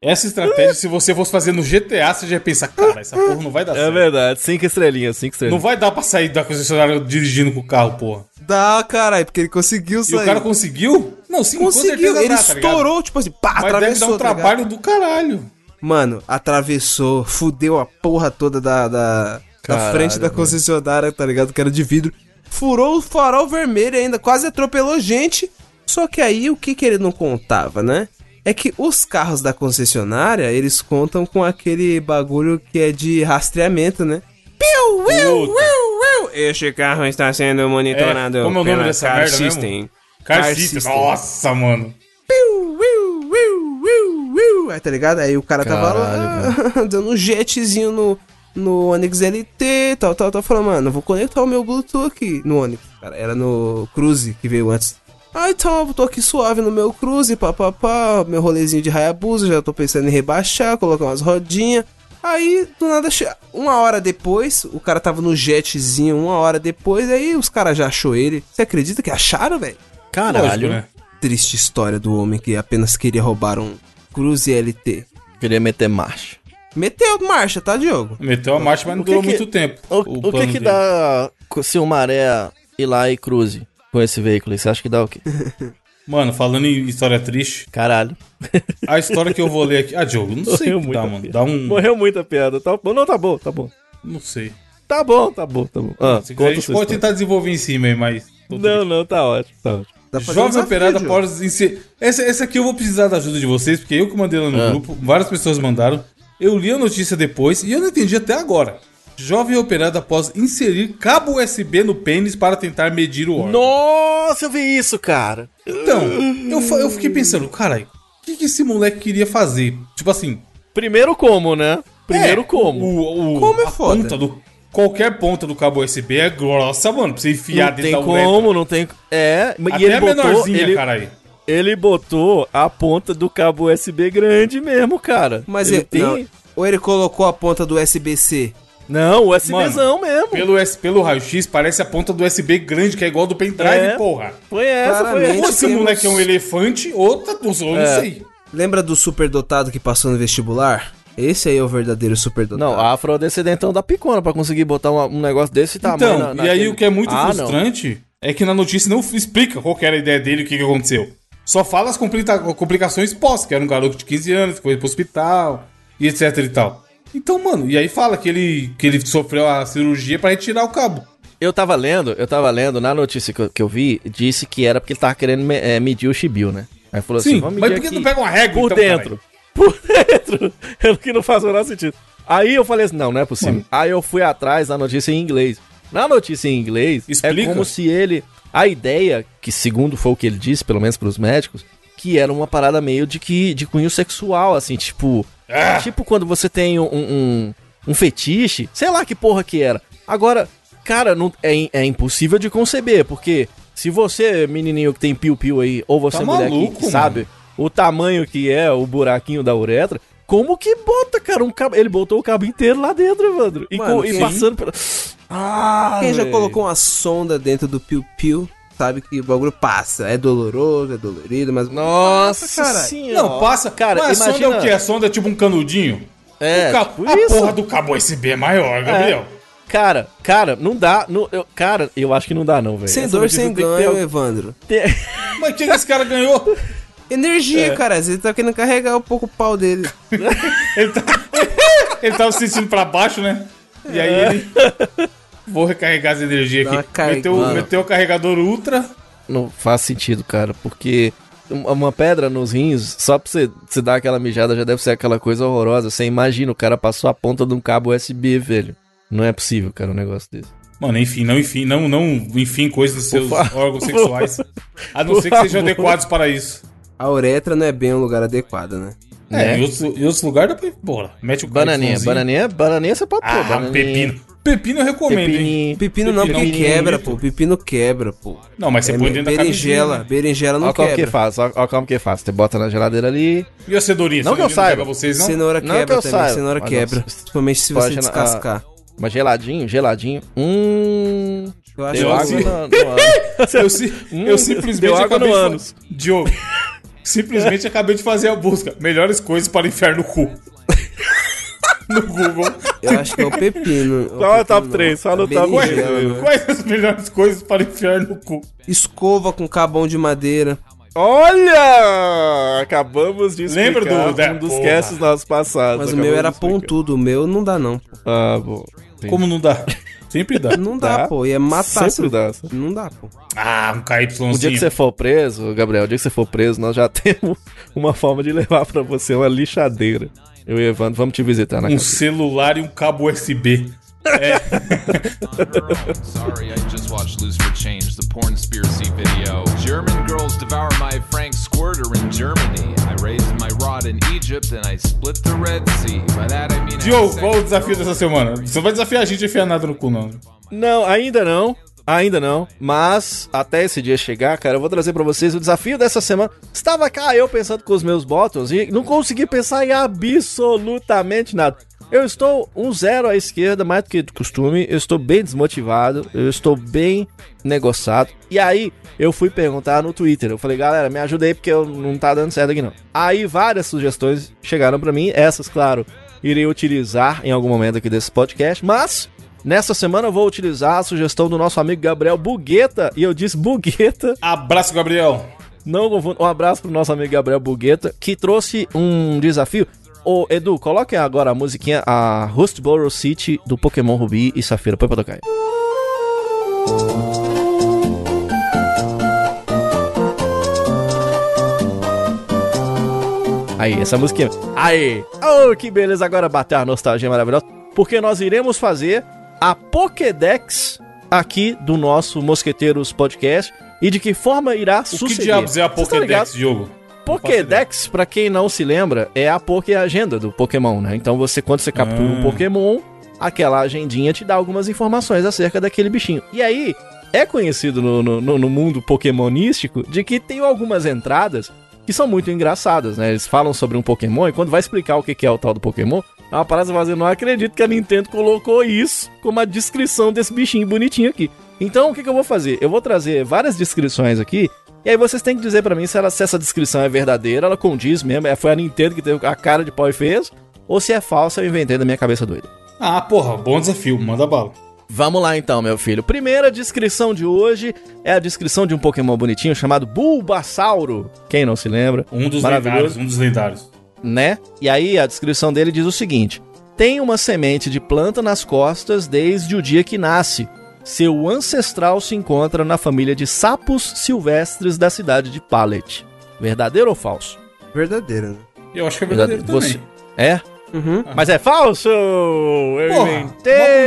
C: essa estratégia, se você fosse fazer no GTA, você já ia pensar, cara, essa porra não vai dar
E: É
C: certo.
E: verdade, cinco estrelinhas, cinco
C: Não
E: estrelinhas.
C: vai dar pra sair da concessionária dirigindo com o carro, porra.
D: Dá, caralho, porque ele conseguiu
C: E
D: sair.
C: o cara conseguiu? Não, sim, com
D: conseguiu,
C: certeza
D: ele
C: dá, tá ligado?
D: estourou, tipo assim, pá,
C: Mas deve dar
D: atravessou.
C: um
D: tá ligado?
C: trabalho do caralho.
D: Mano, atravessou, fudeu a porra toda da, da, da
E: Caralho,
D: frente da
E: velho.
D: concessionária, tá ligado? Que era de vidro. Furou o farol vermelho ainda, quase atropelou gente. Só que aí o que, que ele não contava, né? É que os carros da concessionária, eles contam com aquele bagulho que é de rastreamento, né? Piu, uiu,
C: Puta.
D: uiu, uiu. Este carro está sendo monitorado
C: É, como é o nome
D: pela
C: dessa
D: Car
C: merda mesmo?
D: System.
C: Car,
D: Car
C: System.
D: System.
C: Nossa, mano.
D: Piu, uiu, uiu, uiu, uiu. Aí, tá ligado? Aí o cara tava lá [LAUGHS] dando um jetzinho no, no Onix LT, tal, tal, tal. Falando, mano, vou conectar o meu Bluetooth aqui no Onix. Cara, era no Cruze que veio antes. Ah, então, eu tô aqui suave no meu Cruze, papapá, meu rolezinho de Hayabusa, já tô pensando em rebaixar, colocar umas rodinhas. Aí, do nada, che- uma hora depois, o cara tava no jetzinho, uma hora depois, aí os caras já achou ele. Você acredita que acharam, velho?
E: Caralho.
C: né?
D: Triste história do homem que apenas queria roubar um Cruze LT.
E: Queria meter marcha.
D: Meteu marcha, tá, Diogo?
C: Meteu a marcha, mas não
E: O que
C: durou
E: que-
C: muito tempo.
E: O, o
C: plano
E: que que
C: dele.
E: dá se o Maré ir lá e cruze com esse veículo? aí? Você acha que dá o quê?
C: Mano, falando em história triste,
E: Caralho. [LAUGHS]
C: a história que eu vou ler aqui. Ah, Diogo, não sei o que dá,
E: a
C: mano.
E: piada.
C: Dá um.
E: Morreu muita piada. Tá bom, não, tá bom, tá bom.
C: Não sei.
E: Tá bom, tá bom, tá bom. Ah,
C: Se quiser,
E: conta
C: a gente
E: sua
C: pode
E: história.
C: tentar desenvolver em cima aí, mas. tô
E: Não, não, tá ótimo, tá ótimo.
D: Dá pra fazer um
C: Jovem
D: desafio,
C: Operário
D: Diogo.
C: após iniciar. Essa, essa aqui eu vou precisar da ajuda de vocês, porque eu que mandei lá no
E: Ah.
C: grupo, várias pessoas mandaram. Eu li a notícia depois e eu não entendi até agora. Jovem operado após inserir cabo USB no pênis para tentar medir o órgão.
E: Nossa, eu vi isso, cara.
C: Então, eu, fa- eu fiquei pensando, caralho, o que, que esse moleque queria fazer? Tipo assim.
E: Primeiro como, né? Primeiro
C: é,
E: como.
C: O, o-
D: Como é
C: a
D: foda.
C: ponta do- qualquer ponta do cabo USB é grossa, mano, pra você enfiar
E: Não
C: dentro
E: tem
C: da muleta.
E: como, não tem... É,
C: um Até
E: e ele
C: a
E: botou...
C: menorzinha,
E: Ele,
C: caralho.
E: ele botou a ponta do cabo USB grande mesmo, cara.
D: Mas
E: ele
D: ele, não, ou ele colocou a ponta do USB-C.
E: Não, o USBzão mesmo.
C: Pelo, S- pelo raio-x, parece a ponta do USB grande, que é igual do pendrive,
E: É.
C: porra.
E: Foi essa,
D: Claramente.
C: Ou
E: foi essa.
C: esse
D: temos-
C: moleque é um elefante, ou tá, ou eu
E: É.
C: não sei.
D: Lembra do superdotado que passou no vestibular? Esse aí é o verdadeiro superdotado.
E: Não, ah, afrodescendentão da picona pra conseguir botar uma- um negócio desse tamanho.
C: Então,
E: na-
C: e aí
E: naquele-
C: o que é muito
E: Ah, não.
C: frustrante é que na notícia não explica qual que era a ideia dele, o que, que aconteceu. Só fala as complica- complicações pós, que era um garoto de 15 anos, foi pro hospital, e etc e tal. Então, mano, e aí fala que ele, que ele sofreu a cirurgia pra retirar o cabo.
E: Eu tava lendo, eu tava lendo, na notícia que eu, que eu vi, disse que era porque ele tava querendo me- eh, medir o chibiu, né? Aí falou assim,
C: Sim,
E: vamos
C: mas
E: medir
C: por que
E: aqui
C: não pega uma régua
E: por
C: então,
E: dentro. [LAUGHS] Por dentro. É o que não faz o menor sentido. Aí eu falei assim, não, não é possível.
C: Mano.
E: Aí eu fui atrás da notícia em inglês. Na notícia em inglês, é
C: Explica.
E: como se ele... A ideia, que segundo foi o que ele disse, pelo menos pros médicos, que era uma parada meio de que de cunho sexual, assim, tipo...
C: Ah!
E: Tipo quando você tem um, um, um fetiche, sei lá que porra que era. Agora, cara, não, é, im- é impossível de conceber, porque se você, menininho que tem piu-piu aí, ou você
C: Tá
E: mulher que-
C: maluco,
E: que, sabe o tamanho que é o buraquinho da uretra, como que bota, cara, um cabo... Ele botou o cabo inteiro lá dentro, Evandro. E,
D: Mano,
E: co- e
D: sim.
E: passando pela... Ah,
D: Quem já
E: véi.
D: colocou uma sonda dentro do piu-piu, sabe que o bagulho passa. É doloroso, é dolorido, mas.
E: Nossa,
D: Nossa, cara.
E: senhora.
C: Não, passa.
E: Cara,
C: mas a
E: imagina...
C: sonda é o quê? A sonda é tipo um canudinho?
E: É,
C: O ca-
E: tipo
C: a
E: isso.
C: porra do cabo USB é maior, Gabriel.
E: Cara, cara, não dá. não- eu, cara, eu acho que não dá, não, velho.
D: Sem
E: Essa
D: dor,
E: notícia
D: sem
E: tem que
D: ganho,
E: ter-
D: Evandro.
E: ter-
C: Mas o que que esse cara
E: [LAUGHS]
C: ganhou?
D: Energia,
E: É.
D: cara. Ele tá querendo carregar um pouco o pau dele.
C: Ele, tá... [LAUGHS] ele tava se sentindo pra baixo, né? E aí
E: [LAUGHS]
C: ele. Vou recarregar as energias
D: Dá uma
C: aqui.
D: carga-
C: Meteu,
D: Mano.
C: meteu o carregador ultra.
E: não faz sentido, cara, porque um- uma pedra nos rins, só pra você, você dar aquela mijada, já deve ser aquela coisa horrorosa. Você imagina, o cara passou a ponta de um cabo USB, velho. Não é possível, cara, um negócio desse.
C: Mano, enfim, não, enfim, não, não, enfim, coisas dos seus
E: Por fa-
C: órgãos sexuais. A não
E: Por
C: ser que sejam
E: favor.
C: adequados para isso.
D: A uretra não é bem um lugar adequado, né?
C: É,
E: Né?
C: em outros, em outros lugares dá pra ir embora. Mete o
E: Bananinha,
C: iPhonezinho.
E: bananinha, bananinha você pode pôr.
C: Ah,
E: bananinha, um
C: pepino. Pepino eu recomendo, hein?
E: Pepininho.
D: um Pepino não, porque
E: um
C: Pepino
D: quebra,
C: bonito.
D: pô. Pepino quebra, pô.
C: Não, mas você
D: É,
C: põe dentro da
D: berinjela,
C: camisinha.
D: berinjela não
E: Olha como que
D: quebra.
E: faz, olha como que faz. Você bota na geladeira ali.
C: E a cenourinha?
E: Não que eu
C: Cenourinha
E: saiba.
C: pega vocês, não?
D: Cenoura
E: é? Não que
D: quebra
E: eu
D: também,
E: saiba.
D: cenoura
E: Mas
D: quebra.
E: não,
D: Principalmente se
E: pode
D: você
E: na-
D: descascar.
E: Mas geladinho, geladinho. Hum.
D: Eu acho
E: Deu
C: eu
E: água
C: assim.
D: que é
E: na-
C: [LAUGHS]
E: no
C: Eu, si-
E: Hum,
C: eu simplesmente
E: deu água
C: acabei
E: no
C: de fa-
E: ânus.
C: Diogo. Simplesmente acabei de fazer a busca. Melhores coisas para enfiar no cu. no Google.
D: eu acho que é o pepino.
E: Só
D: É o
E: no top
D: pepino,
E: três,
D: não.
E: só no
D: É
E: top
C: Quais,
D: berinjela, né?
C: quais as melhores coisas para enfiar no cu?
D: Escova com cabão de madeira.
E: Olha! Acabamos de explicar
C: Lembra do- da-
E: um dos
C: Porra.
E: casts do nosso passado.
D: Mas o meu era pontudo, o meu não dá não. pô.
E: Ah, bom.
C: Como não dá? Sempre dá.
D: Não dá,
E: Dá.
D: pô. Ia matar. se-
E: Sempre dá.
D: Não dá, pô.
C: Ah, um
E: tá, O dia que
C: KYzinho.
E: você for preso, Gabriel, o dia que você for preso, nós já [LAUGHS] temos uma forma de levar pra você uma lixadeira. Eu e o Evandro, vamos te visitar na
C: Um
E: casa.
C: celular e um cabo USB.
A: Sorry, I just watched Loose for Change, the porn spiracy video. German girls devour my Frank Squirter in Germany. I raised my rod in Egypt and I split the Red Sea. By that I mean. I
C: Diogo,
A: had
C: qual o
A: sex-
C: desafio dessa semana? Você não vai desafiar a gente a enfiar nada no cu, não. né?
E: Não, ainda não. Ainda não, mas até esse dia chegar, cara, eu vou trazer pra vocês o desafio dessa semana. Estava cá eu pensando com os meus bottoms e não consegui pensar em absolutamente nada. Eu estou um zero à esquerda, mais do que de costume. Eu estou bem desmotivado. Eu estou bem negociado. E aí, eu fui perguntar no Twitter. Eu falei, galera, me ajuda aí porque eu não tá dando certo aqui não. Aí, várias sugestões chegaram pra mim. Essas, claro, irei utilizar em algum momento aqui desse podcast. Mas, nessa semana, eu vou utilizar a sugestão do nosso amigo Gabriel Bugueta. E eu disse Bugueta.
C: Abraço, Gabriel.
E: Não confunda. Um abraço pro nosso amigo Gabriel Bugueta, que trouxe um desafio. Ô, Edu, coloque agora a musiquinha, a Rustboro City do Pokémon Rubi e Safira. Põe pra tocar aí. Aí, essa musiquinha. Aí! Oh, que beleza! Agora bateu a nostalgia maravilhosa. Porque nós iremos fazer a Pokédex aqui do nosso Mosqueteiros Podcast. E de que forma irá
C: O
E: suceder.
C: que diabos é a
E: Vocês estão ligados?
C: Pokédex, Diogo?
E: Pokédex, pra quem não se lembra, é a Poké Agenda do Pokémon, né? Então você, quando você captura um
C: Ah.
E: Pokémon, aquela agendinha te dá algumas informações acerca daquele bichinho. E aí, é conhecido no, no- no- no mundo pokémonístico de que tem algumas entradas que são muito engraçadas, né? Eles falam sobre um Pokémon e quando vai explicar o que que é o tal do Pokémon, é uma parada que você fala assim, não acredito que a Nintendo colocou isso como a descrição desse bichinho bonitinho aqui. Então, o que, que eu vou fazer? Eu vou trazer várias descrições aqui e aí vocês têm que dizer pra mim se, ela- se essa descrição é verdadeira, ela condiz mesmo, é, foi a Nintendo que teve a cara de pau e fez, ou se é falsa, eu inventei da minha cabeça doida.
C: Ah, porra, bom desafio, manda bala.
E: Vamos lá então, meu filho. Primeira descrição de hoje é a descrição de um Pokémon bonitinho chamado Bulbasauro. Quem não se lembra,
C: Um dos lendários,
E: Maravilhoso.
C: um dos lendários.
E: né? E aí a descrição dele diz o seguinte: tem uma semente de planta nas costas desde o dia que nasce. Seu ancestral se encontra na família de sapos silvestres da cidade de Pallet. Verdadeiro ou falso?
D: Verdadeira, né?
C: Eu acho que é verdadeiro também.
E: Você- É?
D: Uhum.
E: Mas é falso! Eu
C: Porra,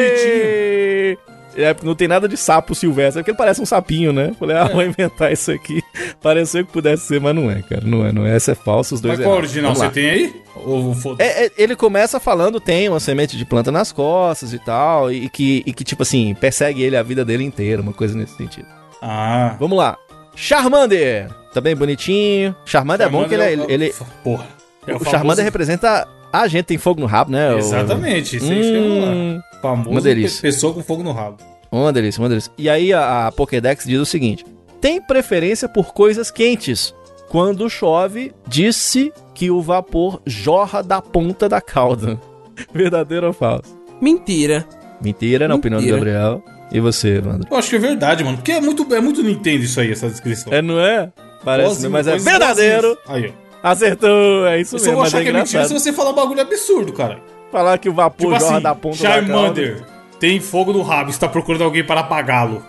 E: inventei! É, porque não tem nada de sapo silvestre, é porque ele parece um sapinho, né? Falei,
C: É.
E: ah, vou inventar isso aqui. Pareceu que pudesse ser, mas não é, cara. Não é, não é. Essa é falsa, os dois
C: Mas qual
E: errados.
C: original
E: Vamos lá.
C: você tem aí? Ou foda
E: É, é, ele começa falando, tem uma semente de planta nas costas e tal, e que, e que, tipo assim, persegue ele a vida dele inteira, uma coisa nesse sentido.
C: Ah.
E: Vamos lá. Charmander! Também bonitinho. Charmander, é bom que ele, é- ele, ele-
C: Porra. é
E: o
C: famoso-
E: Charmander representa a gente tem fogo no rabo, né? o-
C: Exatamente, isso aí que eu ia falar.
E: Hum,
C: Famoso
E: uma delícia.
C: pe- pessoa com fogo no rabo.
E: Uma delícia, uma delícia. E aí a, a Pokédex diz o seguinte: tem preferência por coisas quentes. Quando chove, disse que o vapor jorra da ponta da cauda. [LAUGHS] Verdadeiro ou falso?
D: Mentira.
E: Mentira, na opinião do
D: Mentira.
E: Gabriel. E você, Evandro?
C: Eu acho que é verdade, mano. Porque é muito, é muito Nintendo isso aí, essa descrição.
E: É, não é? Parece, né?
C: Igualzinho,
E: mas é
C: coisa
E: verdadeiro.
C: igualzinha. assim. Aí, ó.
E: Acertou, é isso
C: Eu só
E: mesmo.
C: vou
E: Mas
C: achar
E: é
C: que é mentira se
E: engraçado
C: você falar um bagulho absurdo, cara.
E: falar que o vapor
C: Tipo
E: jorra
C: assim,
E: da ponta da cauda.
C: Charmander tem fogo no rabo, está procurando alguém para
E: [LAUGHS]
C: apagá-lo.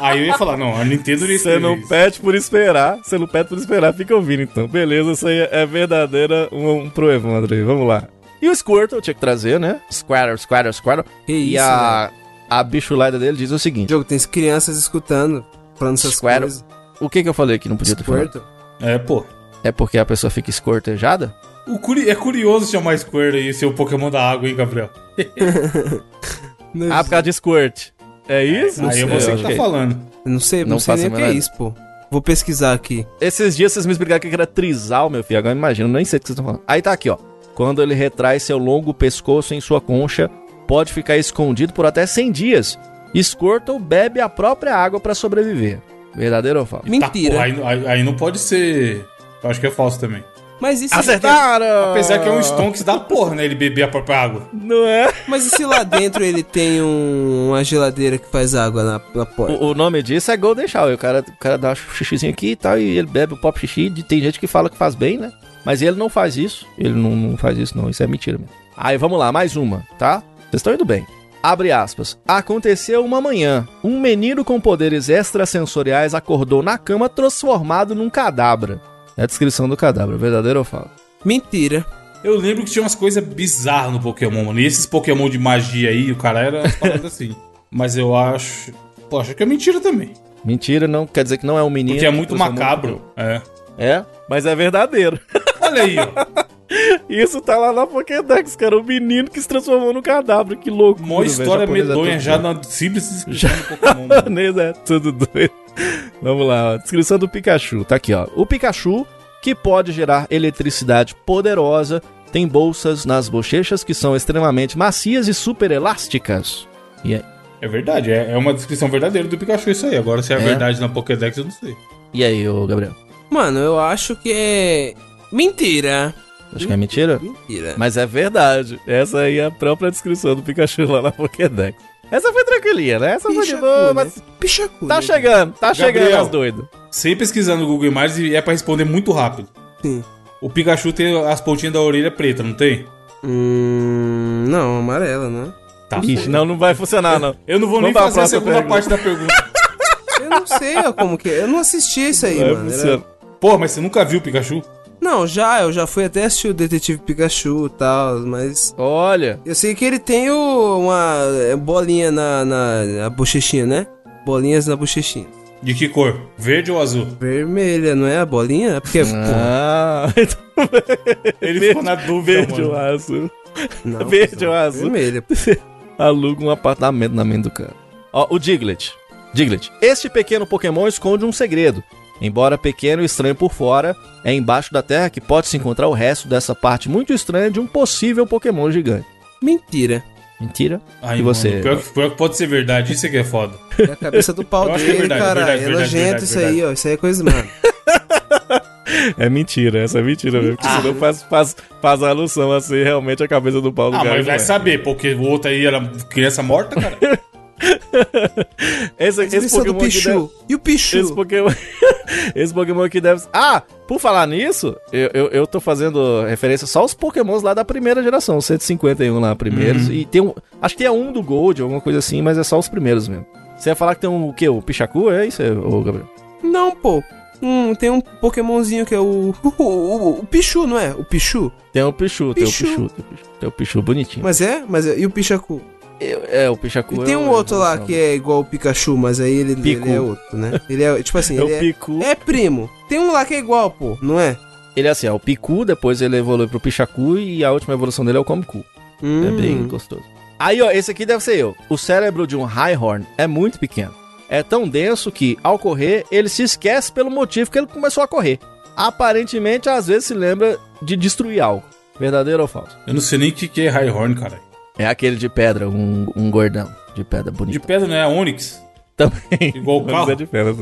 C: Aí eu ia falar, não, a Nintendo nem
E: Você não
C: isso.
E: pede por esperar, você não pede por esperar, fica ouvindo então. Beleza, isso aí é verdadeira um, um pro Evandro aí, vamos lá. E o Squirtle tinha que trazer, né? Squirtle, Squirtle, Squirtle.
D: Que
E: E
D: isso, velho.
E: a, a bichulada dele diz o
D: O
E: seguinte:
D: jogo tem as crianças escutando, falando essas
E: Squirtle.
D: coisas.
E: O que que eu falei que não podia ter falado?
D: Squirtle.
C: É, pô.
E: É porque a pessoa fica escortejada?
C: O curi- É curioso chamar Squirtle e ser o Pokémon da água, hein, Gabriel?
D: Não,
E: Ah, por causa de Squirt. É isso?
C: Aí é
E: Não sei,
C: você que tá
E: ok.
C: falando.
D: eu não sei, não,
E: Não
D: sei
E: faço
D: nem
E: a
D: o que é
E: menor
D: isso, pô. Vou pesquisar aqui.
E: Esses dias vocês me explicaram que era trisal, meu filho. Agora imagina, eu nem sei o que vocês estão falando. Aí tá aqui, ó. Quando ele retrai seu longo pescoço em sua concha, pode ficar escondido por até 100 dias. Squirtle bebe a própria água pra sobreviver. Verdadeiro ou falso?
D: Mentira.
C: Tá, porra, aí, aí- aí não pode ser. Eu acho que é falso também.
D: Mas isso
E: Acertaram!
C: Apesar que é um Stonks da porra, né? Ele beber a própria água.
E: Não é?
D: Mas e se lá dentro ele tem um- uma geladeira que faz água na, na porta?
E: O, o nome disso é Golden Shower. O cara, o cara dá um xixizinho aqui e tal, e ele bebe o pop xixi. De- Tem gente que fala que faz bem, né? Mas ele não faz isso. Ele não, não faz isso, não. Isso é mentira mesmo. Aí vamos lá, mais uma, tá? Vocês estão indo bem. Abre aspas. Aconteceu uma manhã. Um menino com poderes extrasensoriais acordou na cama transformado num cadabra. É a descrição do cadabra, verdadeiro ou falso?
D: Mentira.
C: Eu lembro que tinha umas coisas bizarras no Pokémon, mano. E esses Pokémon de magia aí, o cara era umas paradas assim. Mas eu acho. Pô, acho que é mentira também.
E: Mentira, não quer dizer que não é um menino.
C: Porque é
E: que
C: muito
E: transformou-
C: macabro. É.
E: É, mas é verdadeiro.
C: Olha aí, ó.
E: Isso tá lá na Pokédex, cara. O menino que se transformou no cadáver. Que louco.
C: Mó história medonha já na simples descrição do Pokémon. mano.
E: é Japonês é tudo doido. Vamos lá, ó. descrição do Pikachu. Tá aqui, ó. O Pikachu que pode gerar eletricidade poderosa tem bolsas nas bochechas que são extremamente macias e super elásticas. E aí?
C: É verdade, é, é uma descrição verdadeira do Pikachu isso aí. Agora, se é,
E: É.
C: verdade na Pokédex, eu não sei.
E: E aí, ô Gabriel?
D: Mano, eu acho que é. Mentira.
E: Acho que é mentira?
D: Mentira.
E: Mas é verdade. Essa aí é a própria descrição do Pikachu lá na Pokédex. Essa foi tranquilinha, né? Essa foi de
D: Pichacu,
E: boa,
D: né?
E: mas
D: Pichacu,
E: tá
D: né?
E: chegando, tá
C: Gabriel.
E: chegando as doidas.
C: Sem pesquisar no Google Imagens e é pra responder muito rápido.
D: Sim.
C: O Pikachu tem as pontinhas da orelha preta, não tem?
D: Hum. Não, amarela, né?
C: Tá.
E: Ixi, não, não vai funcionar, não.
C: Eu não vou
E: Vamos
C: nem
E: pra
C: fazer a
E: próxima
C: segunda
E: pergunta.
C: parte da pergunta.
D: Eu não sei ó, como que é. Eu não assisti isso aí,
E: Vai
D: mano. Era-
E: funcionar.
C: Porra, mas É, você nunca viu o Pikachu?
D: Não, já, eu já fui até assistir o Detetive Pikachu e tal, mas.
E: Olha,
D: Eu sei que ele tem o- uma é, bolinha na, na, na bochechinha, né? Bolinhas na bochechinha.
C: De que cor? Verde ou azul?
D: Vermelha, não é a bolinha? É Porque, porra,
E: Ah, [LAUGHS]
C: Ele ficou na dúvida,
E: verde ou
C: mano.
E: azul.
D: não,
E: verde
D: não,
E: ou azul?
D: Vermelha.
E: Aluga um apartamento na mente do cara. Ó, o Diglett. Diglett. Este pequeno Pokémon esconde um segredo. Embora pequeno e estranho por fora, é embaixo da terra que pode se encontrar o resto dessa parte muito estranha de um possível Pokémon gigante.
D: Mentira.
E: Mentira?
C: Ai,
E: e você?
C: mano, pior, que, pior que pode ser verdade, isso é que é foda.
D: É a cabeça do pau
C: Eu acho que é
D: dele,
C: verdade,
D: cara.
C: verdade,
D: É
C: verdade,
D: Nojento
C: verdade,
D: isso aí, ó. Isso aí é coisa, mano.
E: É mentira, essa é mentira mesmo.
C: Ah.
E: Porque senão faz, faz, faz alusão a ser realmente a cabeça do pau do
C: Ah,
E: cara.
C: mas vai
E: né?
C: saber, porque o outro aí era criança morta, cara.
E: Esse, esse
D: Descrição do
E: Pokémon aqui deve-
D: Pichu. E o Pichu?
E: Esse Pokémon, [LAUGHS] esse Pokémon aqui deve. Ah, por falar nisso, eu, eu, eu tô fazendo referência só aos Pokémons lá da primeira geração, os 151 lá,
D: Uhum.
E: primeiros. E tem um. Acho que tem um do Gold, alguma coisa assim, mas é só os primeiros mesmo. Você ia falar que tem um o quê? O Pichacu? É isso, ô Gabriel?
D: Não, pô. Hum, tem um Pokémonzinho que é o. O, o, o Pichu, não é? O Pichu?
E: Tem o Pichu, tem o
D: Pichu.
E: Pichu, tem o Pichu, tem o Pichu bonitinho.
D: Mas é? Mas é. E o Pichacu?
E: Eu- é, o Pichacu.
D: E tem um outro lá que é igual o Pikachu, mas aí ele,
E: Picu.
D: ele é outro, né? Ele é. Tipo assim,
E: É o
D: ele é.
E: Picu.
D: É primo. Tem um lá que é igual, pô, não é?
E: Ele é assim, é o Picu, depois ele evolui pro Pichacu e a última evolução dele é o Comicu. É
D: Hum.
E: bem gostoso. Aí, ó, esse aqui deve ser eu. O cérebro de um Highhorn é muito pequeno. É tão denso que, ao correr, ele se esquece pelo motivo que ele começou a correr. Aparentemente, às vezes se lembra de destruir algo. Verdadeiro ou falso?
C: Eu não sei nem o que, que é Highhorn, cara.
E: É aquele de pedra, um, um gordão de pedra
C: De
E: bonito.
C: pedra, né? Onix.
E: Também.
C: [LAUGHS] Igual o carro.
E: de pedra.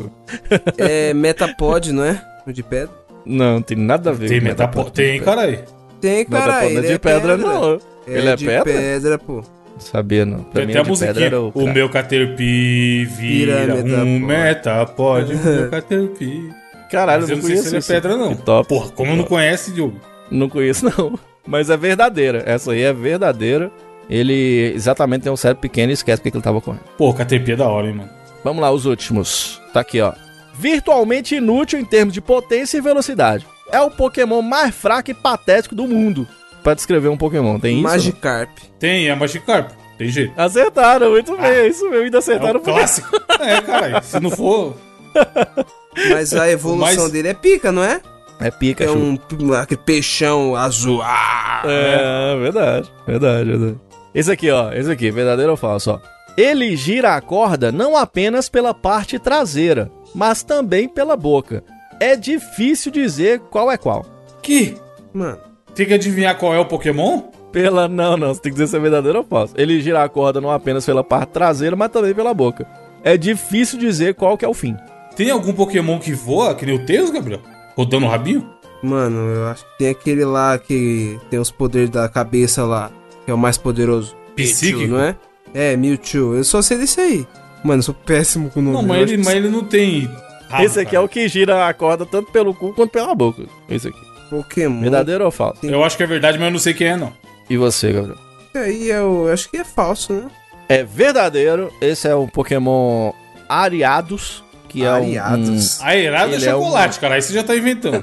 D: É Metapod, não é? O de pedra?
E: Não, tem nada a ver
C: Tem
E: com
C: metapod. Tem,
E: cara.
C: caralho.
D: Tem, cara.
E: Metapod não é
D: Ele
E: de
D: é
E: pedra, não. Ele é
D: de
E: pedra?
D: pedra, pô.
E: Não Sabia, não. Pra
C: Tem
E: mim,
C: até
E: é
C: a
E: de pedra
C: musiquinha.
E: era o,
C: O,
E: crack.
C: meu Caterpie vira
D: Vira
C: um metapod. O meu
E: [LAUGHS]
C: Caterpie.
E: Caralho,
C: Mas
E: Ah, eu
C: eu não sei
E: não conheço
C: se ele é
E: isso.
C: pedra, não.
E: Que top.
C: Porra, como não conhece, Diogo?
E: Não conheço, [LAUGHS] não. Mas é verdadeira. Essa aí é verdadeira. Ele exatamente tem um cérebro pequeno e esquece porque que ele tava correndo.
C: Pô, Caterpie é da hora, hein, mano.
E: Vamos lá, os últimos. Tá aqui, ó. Virtualmente inútil em termos de potência e velocidade. É o Pokémon mais fraco e patético do mundo. Pra descrever um Pokémon, tem isso? não?
D: Magikarp.
C: Tem, é Magikarp. Tem jeito.
E: Acertaram, muito bem. É isso mesmo, ainda
C: É
E: acertaram.
C: o
E: porque-
C: clássico.
E: [LAUGHS]
C: é, caralho. Se não for...
D: Mas
E: [LAUGHS]
D: a evolução
C: Mas-
D: dele é pica, não é?
E: É
D: É
E: Pikachu.
D: um aquele peixão azul. Ah!
C: Né?
E: É, verdade, verdade, verdade. Esse aqui, ó, esse aqui, verdadeiro ou falso, ó. Ele gira a corda não apenas pela parte traseira, mas também pela boca. É difícil dizer qual é qual.
C: Que?
D: Mano,
C: Tem que adivinhar qual é o Pokémon?
E: Pela. Não, não, você tem que dizer se é verdadeiro ou falso. Ele gira a corda não apenas pela parte traseira, mas também pela boca. É difícil dizer qual que é o fim.
C: Tem algum Pokémon que voa, que nem o Teus, Gabriel? Rodando o rabinho?
D: mano, eu acho que tem aquele lá que tem os poderes da cabeça lá, que é o mais poderoso.
C: Psíquico?
D: Mewtwo, não é? É, Mewtwo. Eu só sei desse aí. Mano, eu sou péssimo com o nome.
E: Uhum.
C: Não,
D: eu
C: mas
D: acho
C: ele,
D: que-
C: mas ele Ah, não tem... rabo,
E: Esse aqui é
C: cara.
E: o que gira a corda tanto pelo cu quanto pela boca. Esse aqui.
D: Pokémon.
E: Verdadeiro ou falso?
C: Eu acho que é verdade, mas eu não sei quem é, não.
E: E você, Gabriel?
D: Esse aí eu acho que é falso, né?
E: É verdadeiro. Esse é um Pokémon Ariados, que é um-
D: Ariados.
C: A Herada é
E: Ele é
C: chocolate, cara. Aí você já tá inventando.
E: um-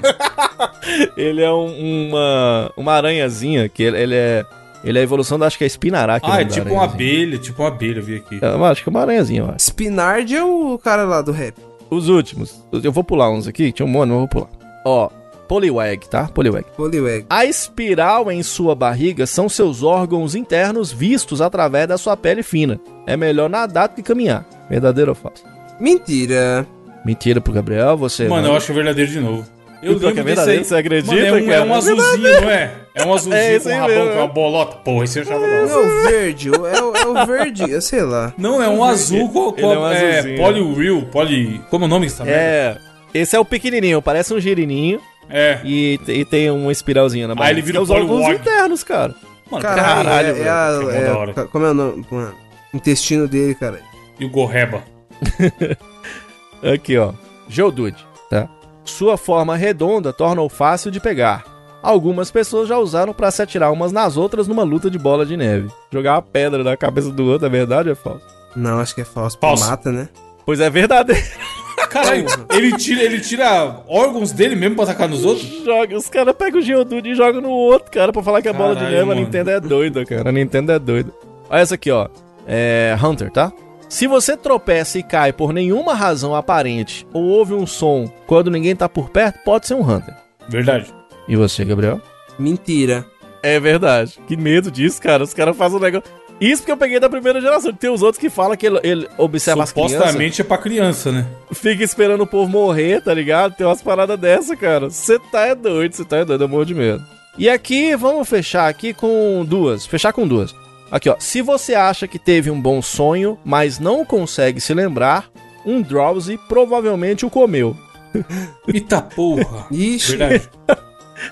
E: [LAUGHS] ele é um- uma uma aranhazinha que ele, ele é ele é a evolução da acho que é Spinará. que o
C: ah, é
E: nome da
C: tipo uma
E: aranhazinha.
C: abelha, tipo uma abelha, eu vi aqui.
E: É, eu acho que é uma aranhazinha, eu acho.
D: Spinard é o cara lá do rap.
E: Os últimos. Eu vou pular uns aqui, tinha um monte, mas eu vou pular. Ó, Poliwag, tá? Poliwag.
D: Poliwag.
E: A espiral em sua barriga são seus órgãos internos vistos através da sua pele fina. É melhor nadar do que caminhar. Verdadeiro ou falso?
D: Mentira.
E: Mentira pro Gabriel, você.
C: Mano,
E: manda.
C: eu acho verdadeiro de novo. Eu
E: O é pior que
C: lembro desse
E: é verdadeiro,
C: aí.
E: você acredita,
C: Mano, é um,
E: cara?
C: é um azulzinho, não é? É um azulzinho
E: [LAUGHS] É isso
C: com um
E: aí
C: rabão,
E: mesmo,
C: com uma
E: é.
C: bolota. Porra, esse eu achava da
D: É
C: hora.
D: o verde, é o, é o verde, eu sei lá.
C: Não, é um azul com,
E: Ele é um
C: com é,
E: azulzinho.
C: Polywheel, poly... Como é o nome dessa merda?
E: É. Esse é o pequenininho, parece um girininho
C: É.
E: e, e tem uma espiralzinha na barriga.
C: Ah, ele vira
E: Que
C: o
E: é os órgãos
C: Polywog.
E: internos, cara.
C: Mano,
D: Caralho,
E: Caralho,
D: é, é
C: velho, que
D: a.
C: mó
D: é-
C: da hora.
D: ca- como é o nome? Mano, intestino dele, cara.
C: E o Gorreba.
E: Aqui, ó. Geodude, tá? Sua forma redonda torna-o fácil de pegar. Algumas pessoas já usaram pra se atirar umas nas outras numa luta de bola de neve. Jogar uma pedra na cabeça do outro, é verdade ou é falso?
D: Não, acho que é falso. porque
C: Falso.
D: Mata, né?
E: Pois é verdadeiro.
C: Caralho, ele tira, ele tira órgãos dele mesmo pra atacar nos outros?
E: Joga, os caras pegam o Geodude e jogam no outro, cara, pra falar que é bola de
C: Caralho,
E: neve. A
C: mano.
E: Nintendo é doida, cara. A Nintendo é doida. Olha essa aqui, ó. É. Hunter, tá? Se você tropeça e cai por nenhuma razão aparente ou ouve um som quando ninguém tá por perto, pode ser um Hunter.
C: Verdade.
E: E você, Gabriel?
D: Mentira.
E: É verdade. Que medo disso, cara. Os caras fazem um negócio. Isso porque eu peguei da primeira geração. Tem os outros que falam que ele, ele observa as crianças,
C: Supostamente é pra criança, né?
E: fica esperando o povo morrer, tá ligado? Tem umas paradas dessa, cara. Você tá é doido, você tá é doido, eu morro de medo. E aqui, vamos fechar aqui com duas. Fechar com duas. Aqui, ó. Se você acha que teve um bom sonho, mas não consegue se lembrar, um drowsy provavelmente o comeu.
C: Eita porra.
D: Ixi.
E: [LAUGHS]
C: Verdade.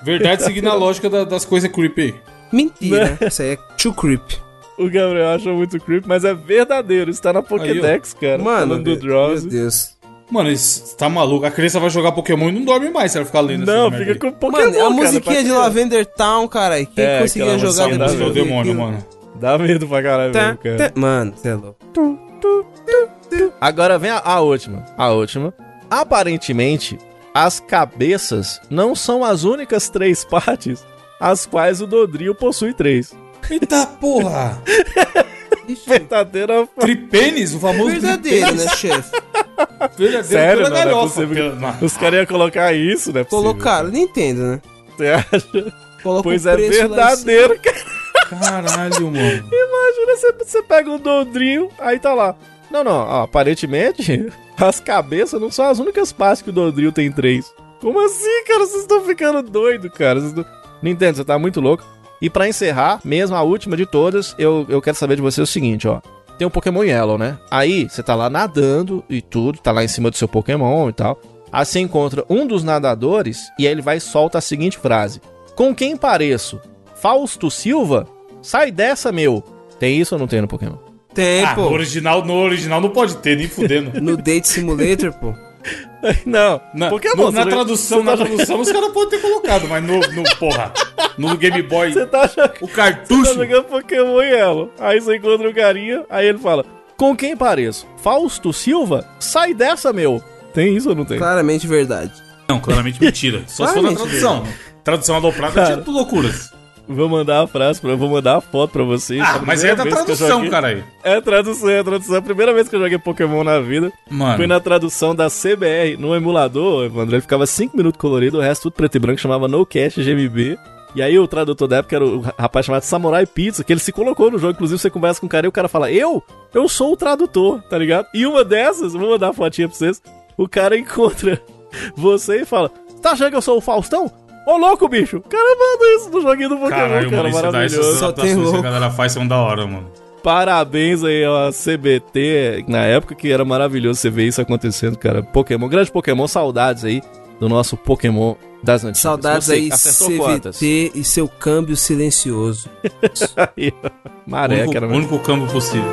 C: Verdade seguindo a lógica da- das coisas creepy. aí.
D: Mentira.
C: [LAUGHS]
D: Isso aí é too creep.
E: O Gabriel acha muito creep, mas é verdadeiro. Está na Pokédex, cara.
D: Mano,
E: falando do
D: meu
E: drowsy.
D: Deus.
C: Mano, isso tá maluco. A criança vai jogar Pokémon e não dorme mais se ela ficar lendo
E: Não,
C: essas merda
E: fica
C: aí.
E: com Pokémon.
D: Mano, a
E: cara,
D: musiquinha
E: pra
D: de
E: criança.
D: Lavender Town, cara. Quem
E: É,
D: conseguia
E: aquela
D: jogar
E: música
C: Saudade
E: dá
C: do
E: medo.
C: demônio, mano.
E: Dá medo pra caralho,
D: Tá,
E: mesmo, cara.
D: tá. Mano, você é louco.
E: Agora vem a, a última. A última. Aparentemente, as cabeças não são as únicas três partes as quais o Dodrio possui três. [LAUGHS]
C: Eita porra.
E: Verdadeira.
C: Tripênis, o famoso [LAUGHS]
D: Verdadeiro, né, chefe?
C: tripênis. Verdadeiro
E: Sério,
C: pela
E: não, não é
C: galhofa.
E: possível.
C: Pela- na-
E: Os caras iam colocar isso, né?
D: Colocaram, Nintendo, né?
E: Você acha?
D: Coloca
E: Pois
D: o
E: é
D: preço lá em cima.
E: verdadeiro, cara.
C: Caralho, mano.
E: Imagina, você, você pega um Dodrio, aí tá lá. Não, não, ó, aparentemente, [LAUGHS] as cabeças não são as únicas partes que o Dodrio tem três. Como assim, cara? Vocês estão ficando doido, cara. Vocês tão- Nintendo, você tá muito louco. E pra encerrar, mesmo a última de todas, eu, eu quero saber de você o seguinte, ó. Tem um Pokémon Yellow, né? Aí, você tá lá nadando e tudo, tá lá em cima do seu Pokémon e tal. Aí você encontra um dos nadadores e aí ele vai e solta a seguinte frase. Com quem pareço? Fausto Silva? Sai dessa, meu! Tem isso ou não tem no Pokémon?
D: Tem,
C: Ah, no
D: pô.
C: original, no original não pode ter, nem fudendo.
D: No Date Simulator, pô.
E: [LAUGHS] Não,
C: Na,
E: Pokémon.
C: no- na
E: você-
C: tradução,
E: você
C: na
E: tá-
C: tradução, os caras podem ter colocado, mas no, no porra, no Game Boy,
E: Você tá, jogando-
C: o
E: você tá
C: cartucho.
E: jogando Pokémon Yellow. Aí você encontra o carinha, aí ele fala: Com quem pareço? Fausto Silva? Sai dessa, meu! Tem isso ou não tem?
D: Claramente verdade.
C: Não, claramente mentira. Só se for na
D: Claramente
C: tradução. Tradução aloprada
E: Cara.
C: tinha tudo loucuras.
E: Vou mandar a frase, pra, vou mandar a foto pra vocês.
C: Ah,
E: A
C: mas é
E: primeira
C: da
E: vez que eu
C: tradução,
E: joguei-
C: caralho.
E: É tradução, é tradução. A primeira vez que eu joguei Pokémon na vida foi
C: Mano,
E: na tradução da CBR. No emulador, Evandro, ele ficava 5 minutos colorido, o resto tudo preto e branco, chamava No Cash GMB. E aí o tradutor da época era o rapaz chamado Samurai Pizza, que ele se colocou no jogo. Inclusive, você conversa com o cara e o cara fala, eu? Eu sou o tradutor, tá ligado? E uma dessas, vou mandar a fotinha pra vocês, o cara encontra [LAUGHS] você e fala, tá achando que eu sou o Faustão? Ô louco, bicho! O cara manda isso no joguinho do Pokémon,
C: caralho, mano,
E: cara,
C: isso daí,
E: maravilhoso.
C: essas
D: Só tem
C: adaptações que a
D: louco.
C: galera faz são da hora, mano.
E: Parabéns aí ao CBT, na época que era maravilhoso você ver isso acontecendo, cara. Pokémon, grande Pokémon, saudades aí do nosso Pokémon das antigas.
D: Saudades
E: Você
D: aí,
E: acertou quantas? [LAUGHS]
D: CVT e seu câmbio silencioso.
E: Aí, ó, Maré,
D: Uhum.
C: único,
E: cara.
C: único campo possível.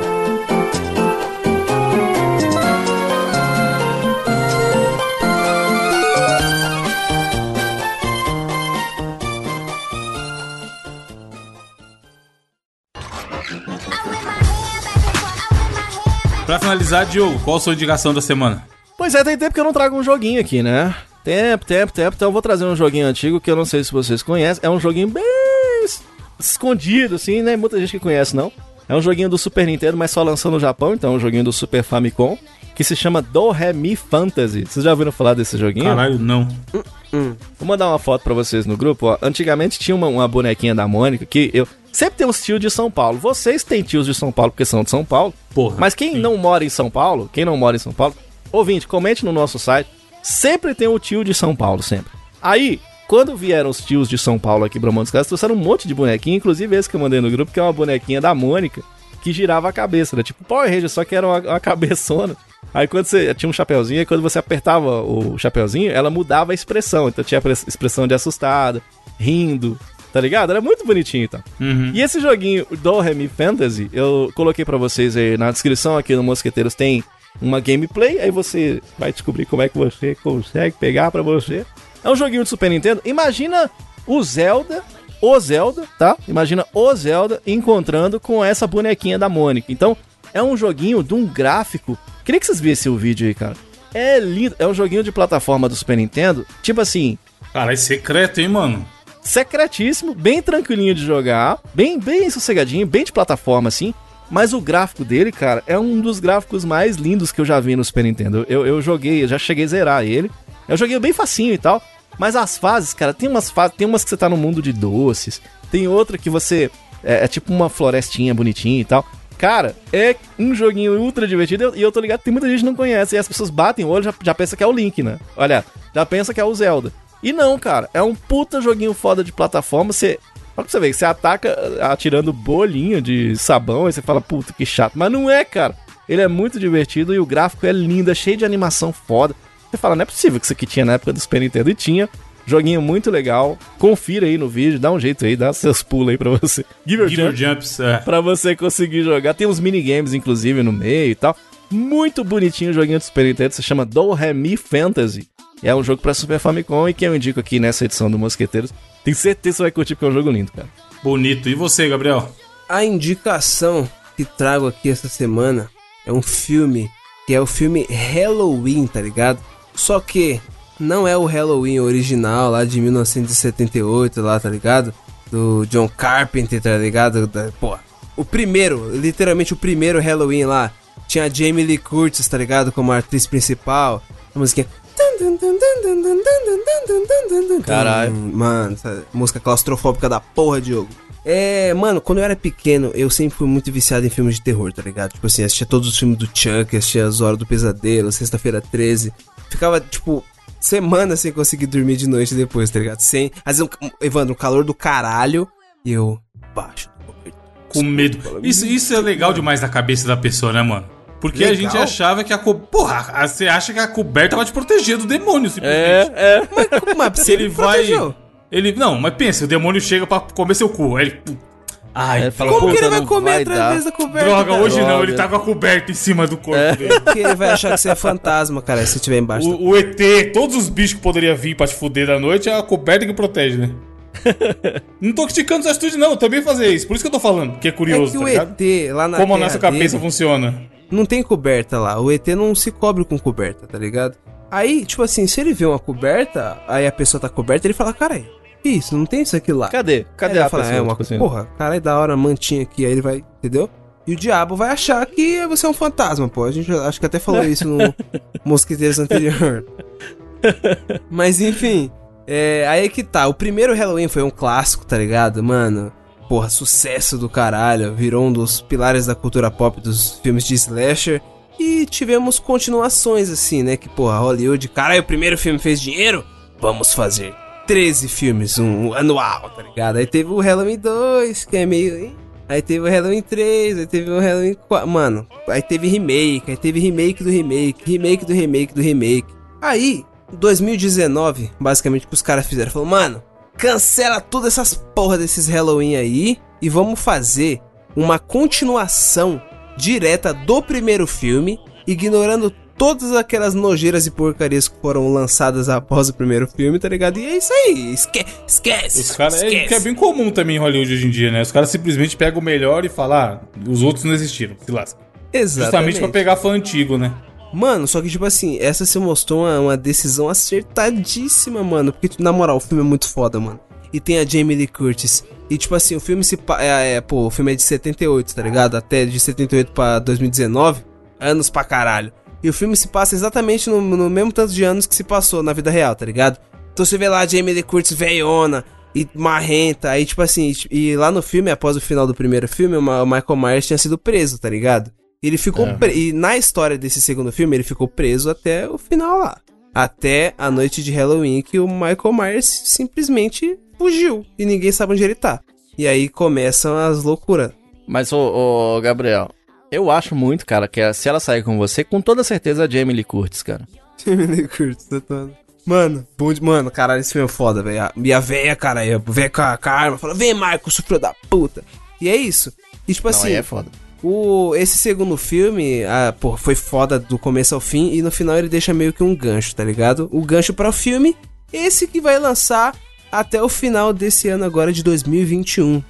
C: Pra finalizar, Diogo, qual a sua indicação da semana?
E: Pois é, tem tempo que eu não trago um joguinho aqui, né? Tempo, tempo, tempo. Então eu vou trazer um joguinho antigo que eu não sei se vocês conhecem. É um joguinho bem es- escondido, assim, né? Muita gente que conhece, não. É um joguinho do Super Nintendo, mas só lançou no Japão. Então é um joguinho do Super Famicom, que se chama Do Re Mi Fantasy. Vocês já ouviram falar desse joguinho?
C: Caralho, não.
E: Vou mandar uma foto pra vocês no grupo, ó. Antigamente tinha uma, uma bonequinha da Mônica que eu. Sempre tem uns tios de São Paulo. Vocês têm tios de São Paulo porque são de São Paulo.
C: Porra.
E: Mas quem não mora em São Paulo, quem não mora em São Paulo, ouvinte, comente no nosso site. Sempre tem um tio de São Paulo, sempre. Aí, quando vieram os tios de São Paulo aqui pra Montes Claros, trouxeram um monte de bonequinha, inclusive esse que eu mandei no grupo, que é uma bonequinha da Mônica, que girava a cabeça, né? Tipo Power Ranger, só que era uma, [LAUGHS] uma cabeçona. Aí quando você tinha um chapeuzinho, aí quando você apertava o chapeuzinho, ela mudava a expressão. Então tinha a pres- expressão de assustada, rindo, tá ligado? Era muito bonitinho, então.
C: Uhum.
E: E esse joguinho do Remy Fantasy, eu coloquei pra vocês aí na descrição aqui no Mosqueteiros tem uma gameplay, aí você vai descobrir como é que você consegue pegar pra você. É um joguinho de Super Nintendo. Imagina o Zelda, o Zelda, tá? Imagina o Zelda encontrando com essa bonequinha da Mônica. Então, é um joguinho de um gráfico. Queria que vocês vissem o vídeo aí, cara. É lindo, é um joguinho de plataforma do Super Nintendo, tipo assim,
C: Cara, é secreto, hein, mano?
E: secretíssimo, bem tranquilinho de jogar, bem, bem sossegadinho, bem de plataforma assim. Mas o gráfico dele, cara, é um dos gráficos mais lindos que eu já vi no Super Nintendo. Eu, eu joguei, eu já cheguei a zerar ele. Eu joguei É um bem facinho e tal. Mas as fases, cara, tem umas fases, tem umas que você tá no mundo de doces, tem outra que você é, é tipo uma florestinha bonitinha e tal. Cara, é um joguinho ultra divertido e eu- e eu tô ligado que tem muita gente que não conhece. E as pessoas batem o olho e já, já pensa que é o Link, né? Olha, já pensa que é o Zelda. E não, cara, é um puta joguinho foda de plataforma. Você. Olha pra você ver, você ataca atirando bolinho de sabão e você fala, puta que chato. Mas não é, cara. Ele é muito divertido e o gráfico é lindo, é cheio de animação foda. Você fala, não é possível que isso aqui tinha na época do Super Nintendo e tinha. Joguinho muito legal. Confira aí no vídeo, dá um jeito aí, dá seus pulos aí pra você. Give your
C: Give
E: jump.
C: your jumps, é.
E: Pra você conseguir jogar. Tem uns minigames, inclusive, no meio e tal. Muito bonitinho o joguinho do Super Nintendo. Se chama Do-Re-Mi Fantasy. É um jogo pra Super Famicom e que eu indico aqui nessa edição do Mosqueteiros. Tenho certeza que você vai curtir, porque é um jogo lindo, cara.
C: Bonito. E você, Gabriel?
D: A indicação que trago aqui essa semana é um filme que é o filme Halloween, tá ligado? Só que não é o Halloween original lá de 1978, lá, tá ligado? Do John Carpenter, tá ligado? Da, pô, o primeiro, literalmente o primeiro Halloween lá. Tinha a Jamie Lee Curtis, tá ligado? Como atriz principal. A musiquinha.
E: Caralho.
D: Mano, essa música claustrofóbica da porra, Diogo. É, mano, quando eu era pequeno, eu sempre fui muito viciado em filmes de terror, tá ligado? Tipo assim, assistia todos os filmes do Chuck, assistia As Horas do Pesadelo, Sexta-feira 13. Ficava, tipo, semana sem conseguir dormir de noite depois, tá ligado? Sem. Às vezes, um, Evandro, um calor do caralho, e eu baixo.
C: Com medo. Isso, isso é legal demais na cabeça da pessoa, né, mano? Porque a
D: Legal?
C: gente achava que a. Co... Porra, a- você acha que a coberta vai te proteger do demônio, simplesmente.
E: É, é.
D: Como é pra
C: Se ele vai. Ele. Não, mas pensa, o demônio chega pra comer seu cu. Aí ele. pu- Ai,
E: É, fala,
D: Como
E: Puta,
D: que ele vai
E: não
D: comer
E: vai dar.
D: através da coberta?
C: droga,
D: cara?
C: hoje não,
E: Droga. É.
C: ele tá com a coberta em cima do corpo dele.
D: Porque ele vai achar que você é fantasma, cara, se tiver embaixo. da-
C: O, o ET, todos os bichos que poderiam vir pra te fuder da noite, é a coberta que protege,
E: [LAUGHS]
C: né? não tô criticando essa atitude, não. Eu também fazia isso. Por isso que eu tô falando, que é
D: É
C: curioso,
D: que o
C: tá ligado?
D: ET lá na
C: Como a
D: terra
C: nossa cabeça
D: dele,
C: funciona.
D: não tem coberta lá. O ET não se cobre com coberta, tá ligado? Aí, tipo assim, se ele vê uma coberta, aí a pessoa tá coberta, ele fala, caralho, que isso? Não tem isso aqui lá.
E: Cadê?
D: Aí
E: Cadê
D: ele
E: a
D: fala,
E: pessoa?
D: é uma
E: tipo assim?
D: Porra, caralho, da hora, mantinha aqui. Aí ele vai, entendeu? E o diabo vai achar que você é um fantasma, pô. A gente acho que até falou isso no Mosquiteiros anterior. Mas enfim, é, aí é que tá. O primeiro Halloween foi um clássico, tá ligado? Mano, porra, sucesso do caralho. Virou um dos pilares da cultura pop dos filmes de slasher. E tivemos continuações, assim, né? Que, porra, Hollywood, caralho, o primeiro filme fez dinheiro? Vamos fazer 13 filmes, um, um anual, tá ligado? Aí teve o Halloween 2, que é meio. hein? Aí teve o Halloween 3, aí teve o Halloween 4. Mano, aí teve remake, aí teve remake do remake, remake do remake do remake. Aí, 2019, basicamente, o que os caras fizeram? Falou, mano, cancela todas essas porra desses Halloween aí e vamos fazer uma continuação direta do primeiro filme, ignorando todas aquelas nojeiras e porcarias que foram lançadas após o primeiro filme, tá ligado? E é isso aí, esque esquece,
C: Os caras. É, que é
D: esquece.
C: bem comum também em Hollywood hoje em dia, né? Os caras simplesmente pegam o melhor e falam, ah, os outros não existiram, se lasca.
D: Exatamente.
C: Justamente pra pegar fã antigo, né?
D: Mano, só que, tipo assim, essa se mostrou uma, uma decisão acertadíssima, mano. Porque, na moral, o filme é muito foda, mano. E tem a Jamie Lee Curtis. E, tipo assim, o filme se. pa- É, é, pô, o filme é de 78, tá ligado? Até de 78 pra 2019. Anos pra caralho. E o filme se passa exatamente no, no mesmo tanto de anos que se passou na vida real, tá ligado? Então você vê lá a Jamie Lee Curtis veiona e marrenta. Aí, tipo assim, e, e lá no filme, após o final do primeiro filme, o Ma- o Michael Myers tinha sido preso, tá ligado? Ele ficou. pre- E na história desse segundo filme, ele ficou preso até o final lá. Até a noite de Halloween que o Michael Myers simplesmente fugiu e ninguém sabe onde ele tá. E aí começam as loucuras.
E: Mas, ô, ô, Gabriel, eu acho muito, cara, que a- se ela sair com você, com toda certeza a Jamie Lee Curtis, cara.
D: [LAUGHS] Terminei curto, tô tomando. Mano, bom de... Mano, caralho, esse filme é foda, velho. A- E a véia, cara, aí, a véia com a, com a arma, fala, vem, Marcos, seu filho da puta. E é isso. E tipo
E: Não,
D: assim,
E: aí é foda.
D: o, esse segundo filme, ah, pô, foi foda do começo ao fim, e no final ele deixa meio que um gancho, tá ligado? O gancho para o filme, esse que vai lançar até o final desse ano agora de 2021.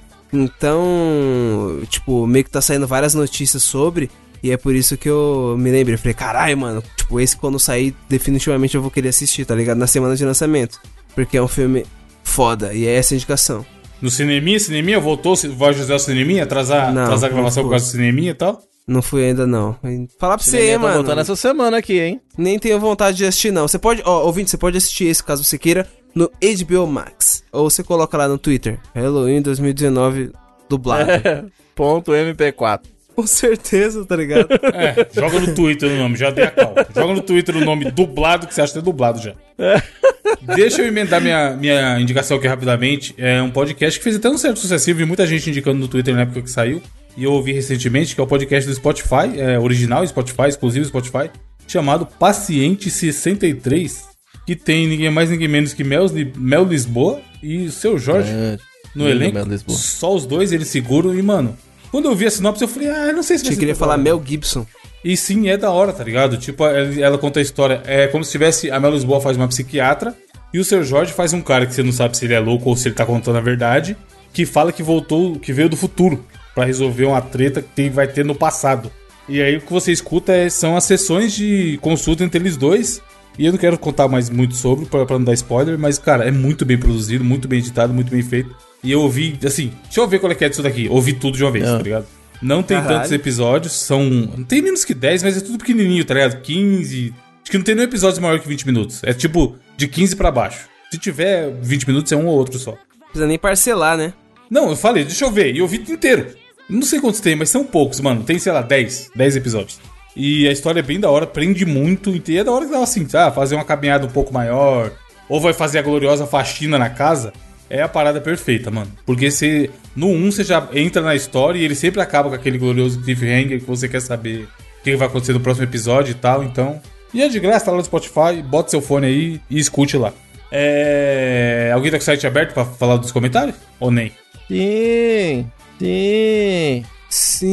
D: Então, tipo, meio que tá saindo várias notícias sobre, e é por isso que eu me lembrei, eu falei, caralho, mano, tipo, esse quando sair, definitivamente eu vou querer assistir, tá ligado? Na semana de lançamento. Porque é um filme foda, e é essa a indicação.
C: No cineminha, cineminha, voltou, se- vai José ao cineminha, atrasar,
D: Não,
C: atrasar a
D: não
C: gravação por
D: foi.
C: causa do cineminha e tal.
D: Não fui ainda, não. Falar pra
C: é,
D: você,
E: Ele
D: hein,
E: tá
D: mano.
E: voltando essa semana aqui, hein?
D: Nem tenho vontade de assistir, não. Você pode, ó, ouvinte, você pode assistir esse caso você queira no HBO Max. Ou você coloca lá no Twitter. Halloween 2019 dublado.
E: É. Ponto MP4.
D: [LAUGHS] Com certeza, tá
E: [LAUGHS]
D: ligado?
C: É, joga no Twitter o nome, já dei a cal. Joga no Twitter o nome dublado, que você acha que é dublado já. Deixa eu emendar minha, minha indicação aqui rapidamente. É um podcast que fez até um certo sucesso, eu vi muita gente indicando no Twitter na época que saiu. E eu ouvi recentemente, que é o podcast do Spotify, é, original Spotify, exclusivo Spotify, chamado Paciente 63, que tem ninguém mais, ninguém menos que Mel, Mel Lisboa e o seu Jorge no
E: É, Lindo
C: elenco.
E: Mel Lisboa.
C: Só os dois eles seguram e, mano. Quando eu vi a sinopse, eu falei, ah, eu não sei se vai
D: Você
C: ser
D: queria
C: legal.
D: falar Mel Gibson.
C: E sim, é da hora, tá ligado? Tipo, ela ela conta a história. É como se tivesse. A Mel Lisboa faz uma psiquiatra e o seu Jorge faz um cara que você não sabe se ele é louco ou se ele tá contando a verdade. Que fala que voltou, que veio do futuro pra resolver uma treta que tem- vai ter no passado. E aí o que você escuta é- são as sessões de consulta entre eles dois. E eu não quero contar mais muito sobre, pra, pra não dar spoiler, mas, cara, é muito bem produzido, muito bem editado, muito bem feito. E eu ouvi, assim, deixa eu ver qual é que é disso daqui. Ouvi tudo de uma vez,
E: Ah.
C: tá ligado? Não tem
D: Caralho.
C: tantos episódios, são. Não tem menos que 10, mas é tudo pequenininho, tá ligado? 15. Acho que não tem nenhum episódio maior que 20 minutos. É tipo, de 15 pra baixo. Se tiver 20 minutos, é um ou outro só.
D: Não Precisa nem parcelar, né?
C: Não, eu falei, deixa eu ver. E eu vi inteiro. Não sei quantos tem, mas são poucos, mano. Tem, sei lá, 10. 10 episódios. E a história é bem da hora, prende muito. E é da hora que dá assim, tá? Fazer uma caminhada um pouco maior. Ou vai fazer a gloriosa faxina na casa. É a parada perfeita, mano. Porque você, no 1 você já entra na história e ele sempre acaba com aquele glorioso cliffhanger que você quer saber o que vai acontecer no próximo episódio e tal. Então. E é de graça, tá lá no Spotify. Bota seu fone aí e escute lá. É. Alguém tá com o site aberto pra falar dos comentários? Ou nem?
E: Sim, sim.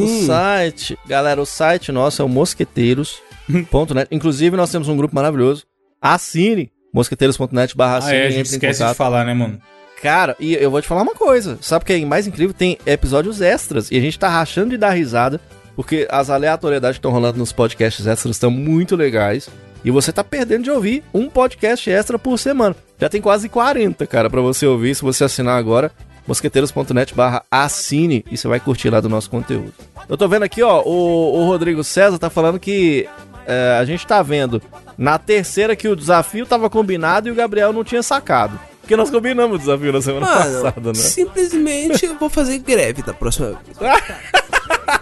E: O
D: Sim.
E: site, galera, o site nosso é
C: [LAUGHS]
E: o mosqueteiros.net. Inclusive, nós temos um grupo maravilhoso. Assine mosqueteiros.net barra
C: Ah,
E: assine.
C: é, a
E: entre em
C: gente esquece de
E: contato.
C: falar, né, mano?
E: Cara, e eu vou te falar uma coisa. Sabe o que é mais incrível? Tem episódios extras. E a gente tá rachando de dar risada. Porque as aleatoriedades que estão rolando nos podcasts extras estão muito legais. E você tá perdendo de ouvir um podcast extra por semana. Já tem quase 40, cara, pra você ouvir. Se você assinar agora, mosqueteiros.net barra assine. E você vai curtir lá do nosso conteúdo. Eu tô vendo aqui, ó, o, o Rodrigo César tá falando que é, a gente tá vendo na terceira que o desafio tava combinado e o Gabriel não tinha sacado. Porque nós combinamos o desafio na semana
D: Mano,
E: passada, né?
D: simplesmente eu vou fazer greve da próxima
E: [LAUGHS]
D: vez.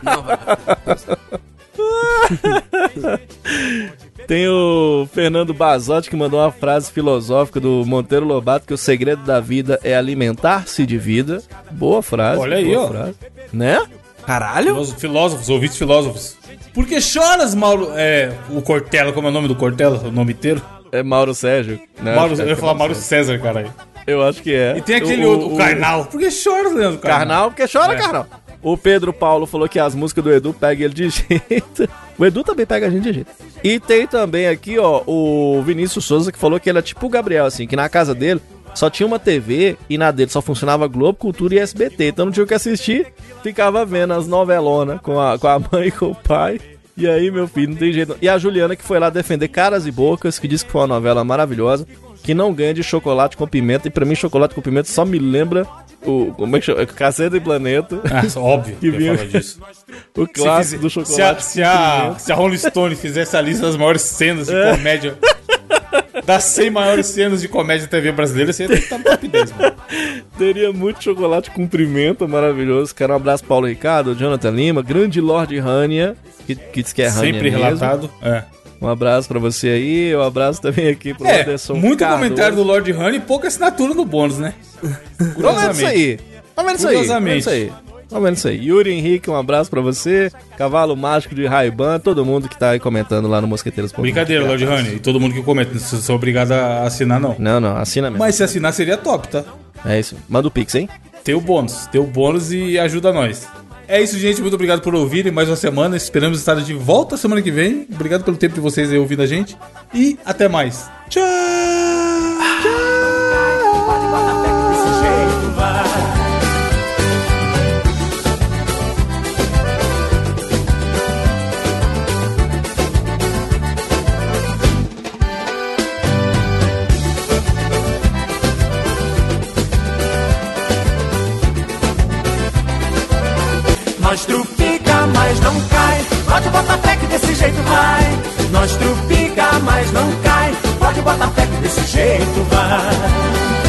D: Não vai.
E: Tem o Fernando Bazotti que mandou uma frase filosófica do Monteiro Lobato que o segredo da vida é alimentar-se de vida. Boa frase.
C: Olha aí,
E: boa
C: ó.
E: frase. Né?
D: Caralho?
C: Filósofos, filósofos, ouvintes filósofos. Por que choras, Mauro? É, o Cortella, como é o nome do Cortella? O nome inteiro?
E: É Mauro Sérgio. né?
C: Mauro,
E: Acho
C: eu
E: que é
C: ia falar Mauro César, caralho.
E: Eu acho que é.
C: E tem aquele
E: O-
C: outro, o, Karnal. Por que choras, Leandro?
E: Carnal, porque chora,
C: É.
E: Carnal. O Pedro Paulo falou que as músicas do Edu pegam ele de [LAUGHS] jeito. O Edu também pega a gente de jeito. E tem também aqui, ó, o Vinícius Souza que falou que ele é tipo o Gabriel, assim, que na casa dele só tinha uma TV e na dele só funcionava Globo, Cultura e SBT. Então não tinha o que assistir, ficava vendo as novelonas com a, com a mãe e com o pai. E aí, meu filho, não tem jeito. não. E a Juliana que foi lá defender Caras e Bocas, que disse que foi uma novela maravilhosa, que não ganha de chocolate com pimenta. E pra mim, chocolate com pimenta só me lembra o. Como é que chama? Caceta e Planeta.
C: Ah, só- óbvio que
E: Que
C: eu ia
E: vinho.
C: falar disso.
E: O
C: Se
E: clássico
C: fizer-
E: do
C: se a,
E: chocolate.
C: se, a, se a Rolling Stone fizesse a lista das maiores cenas de comédia, das 100 maiores cenas de comédia da TV brasileira, você ia estar no top 10, mano.
E: Teria muito chocolate com pimenta, maravilhoso. Quero um abraço, Paulo Ricardo, Jonathan Lima, grande Lorde Rania, que, que diz que é Rania.
C: Sempre
E: mesmo.
C: relatado. É.
E: Um Um abraço pra você aí, um abraço também aqui pro
C: É,
E: Anderson
C: muito
E: Cardoso.
C: comentário do Lord Honey e pouca assinatura no bônus, né?
E: Pelo menos isso aí. Pelo menos isso aí. Pelo menos
C: Curiosamente.
E: isso aí. Pelo menos isso aí. Yuri Henrique, um abraço pra você. Cavalo Mágico de Raiban, todo mundo que tá aí comentando lá no Mosqueteiros.com.
C: Brincadeira, Lord Honey. E todo mundo que comenta, não sou sou obrigado a assinar, não.
E: Não, não, assina mesmo.
C: Mas se assinar seria top, tá?
E: É isso. Manda o Pix, hein?
C: Tem o bônus, tem o bônus e ajuda nós. É isso, gente. Muito obrigado por ouvirem mais uma semana. Esperamos estar de volta semana que vem. Obrigado pelo tempo de vocês aí ouvindo a gente. E até mais. Tchau!
F: Nós trupica, mas não cai. Pode botar fé que desse jeito vai. Nós trupica, mas não cai. Pode botar fé que desse jeito vai.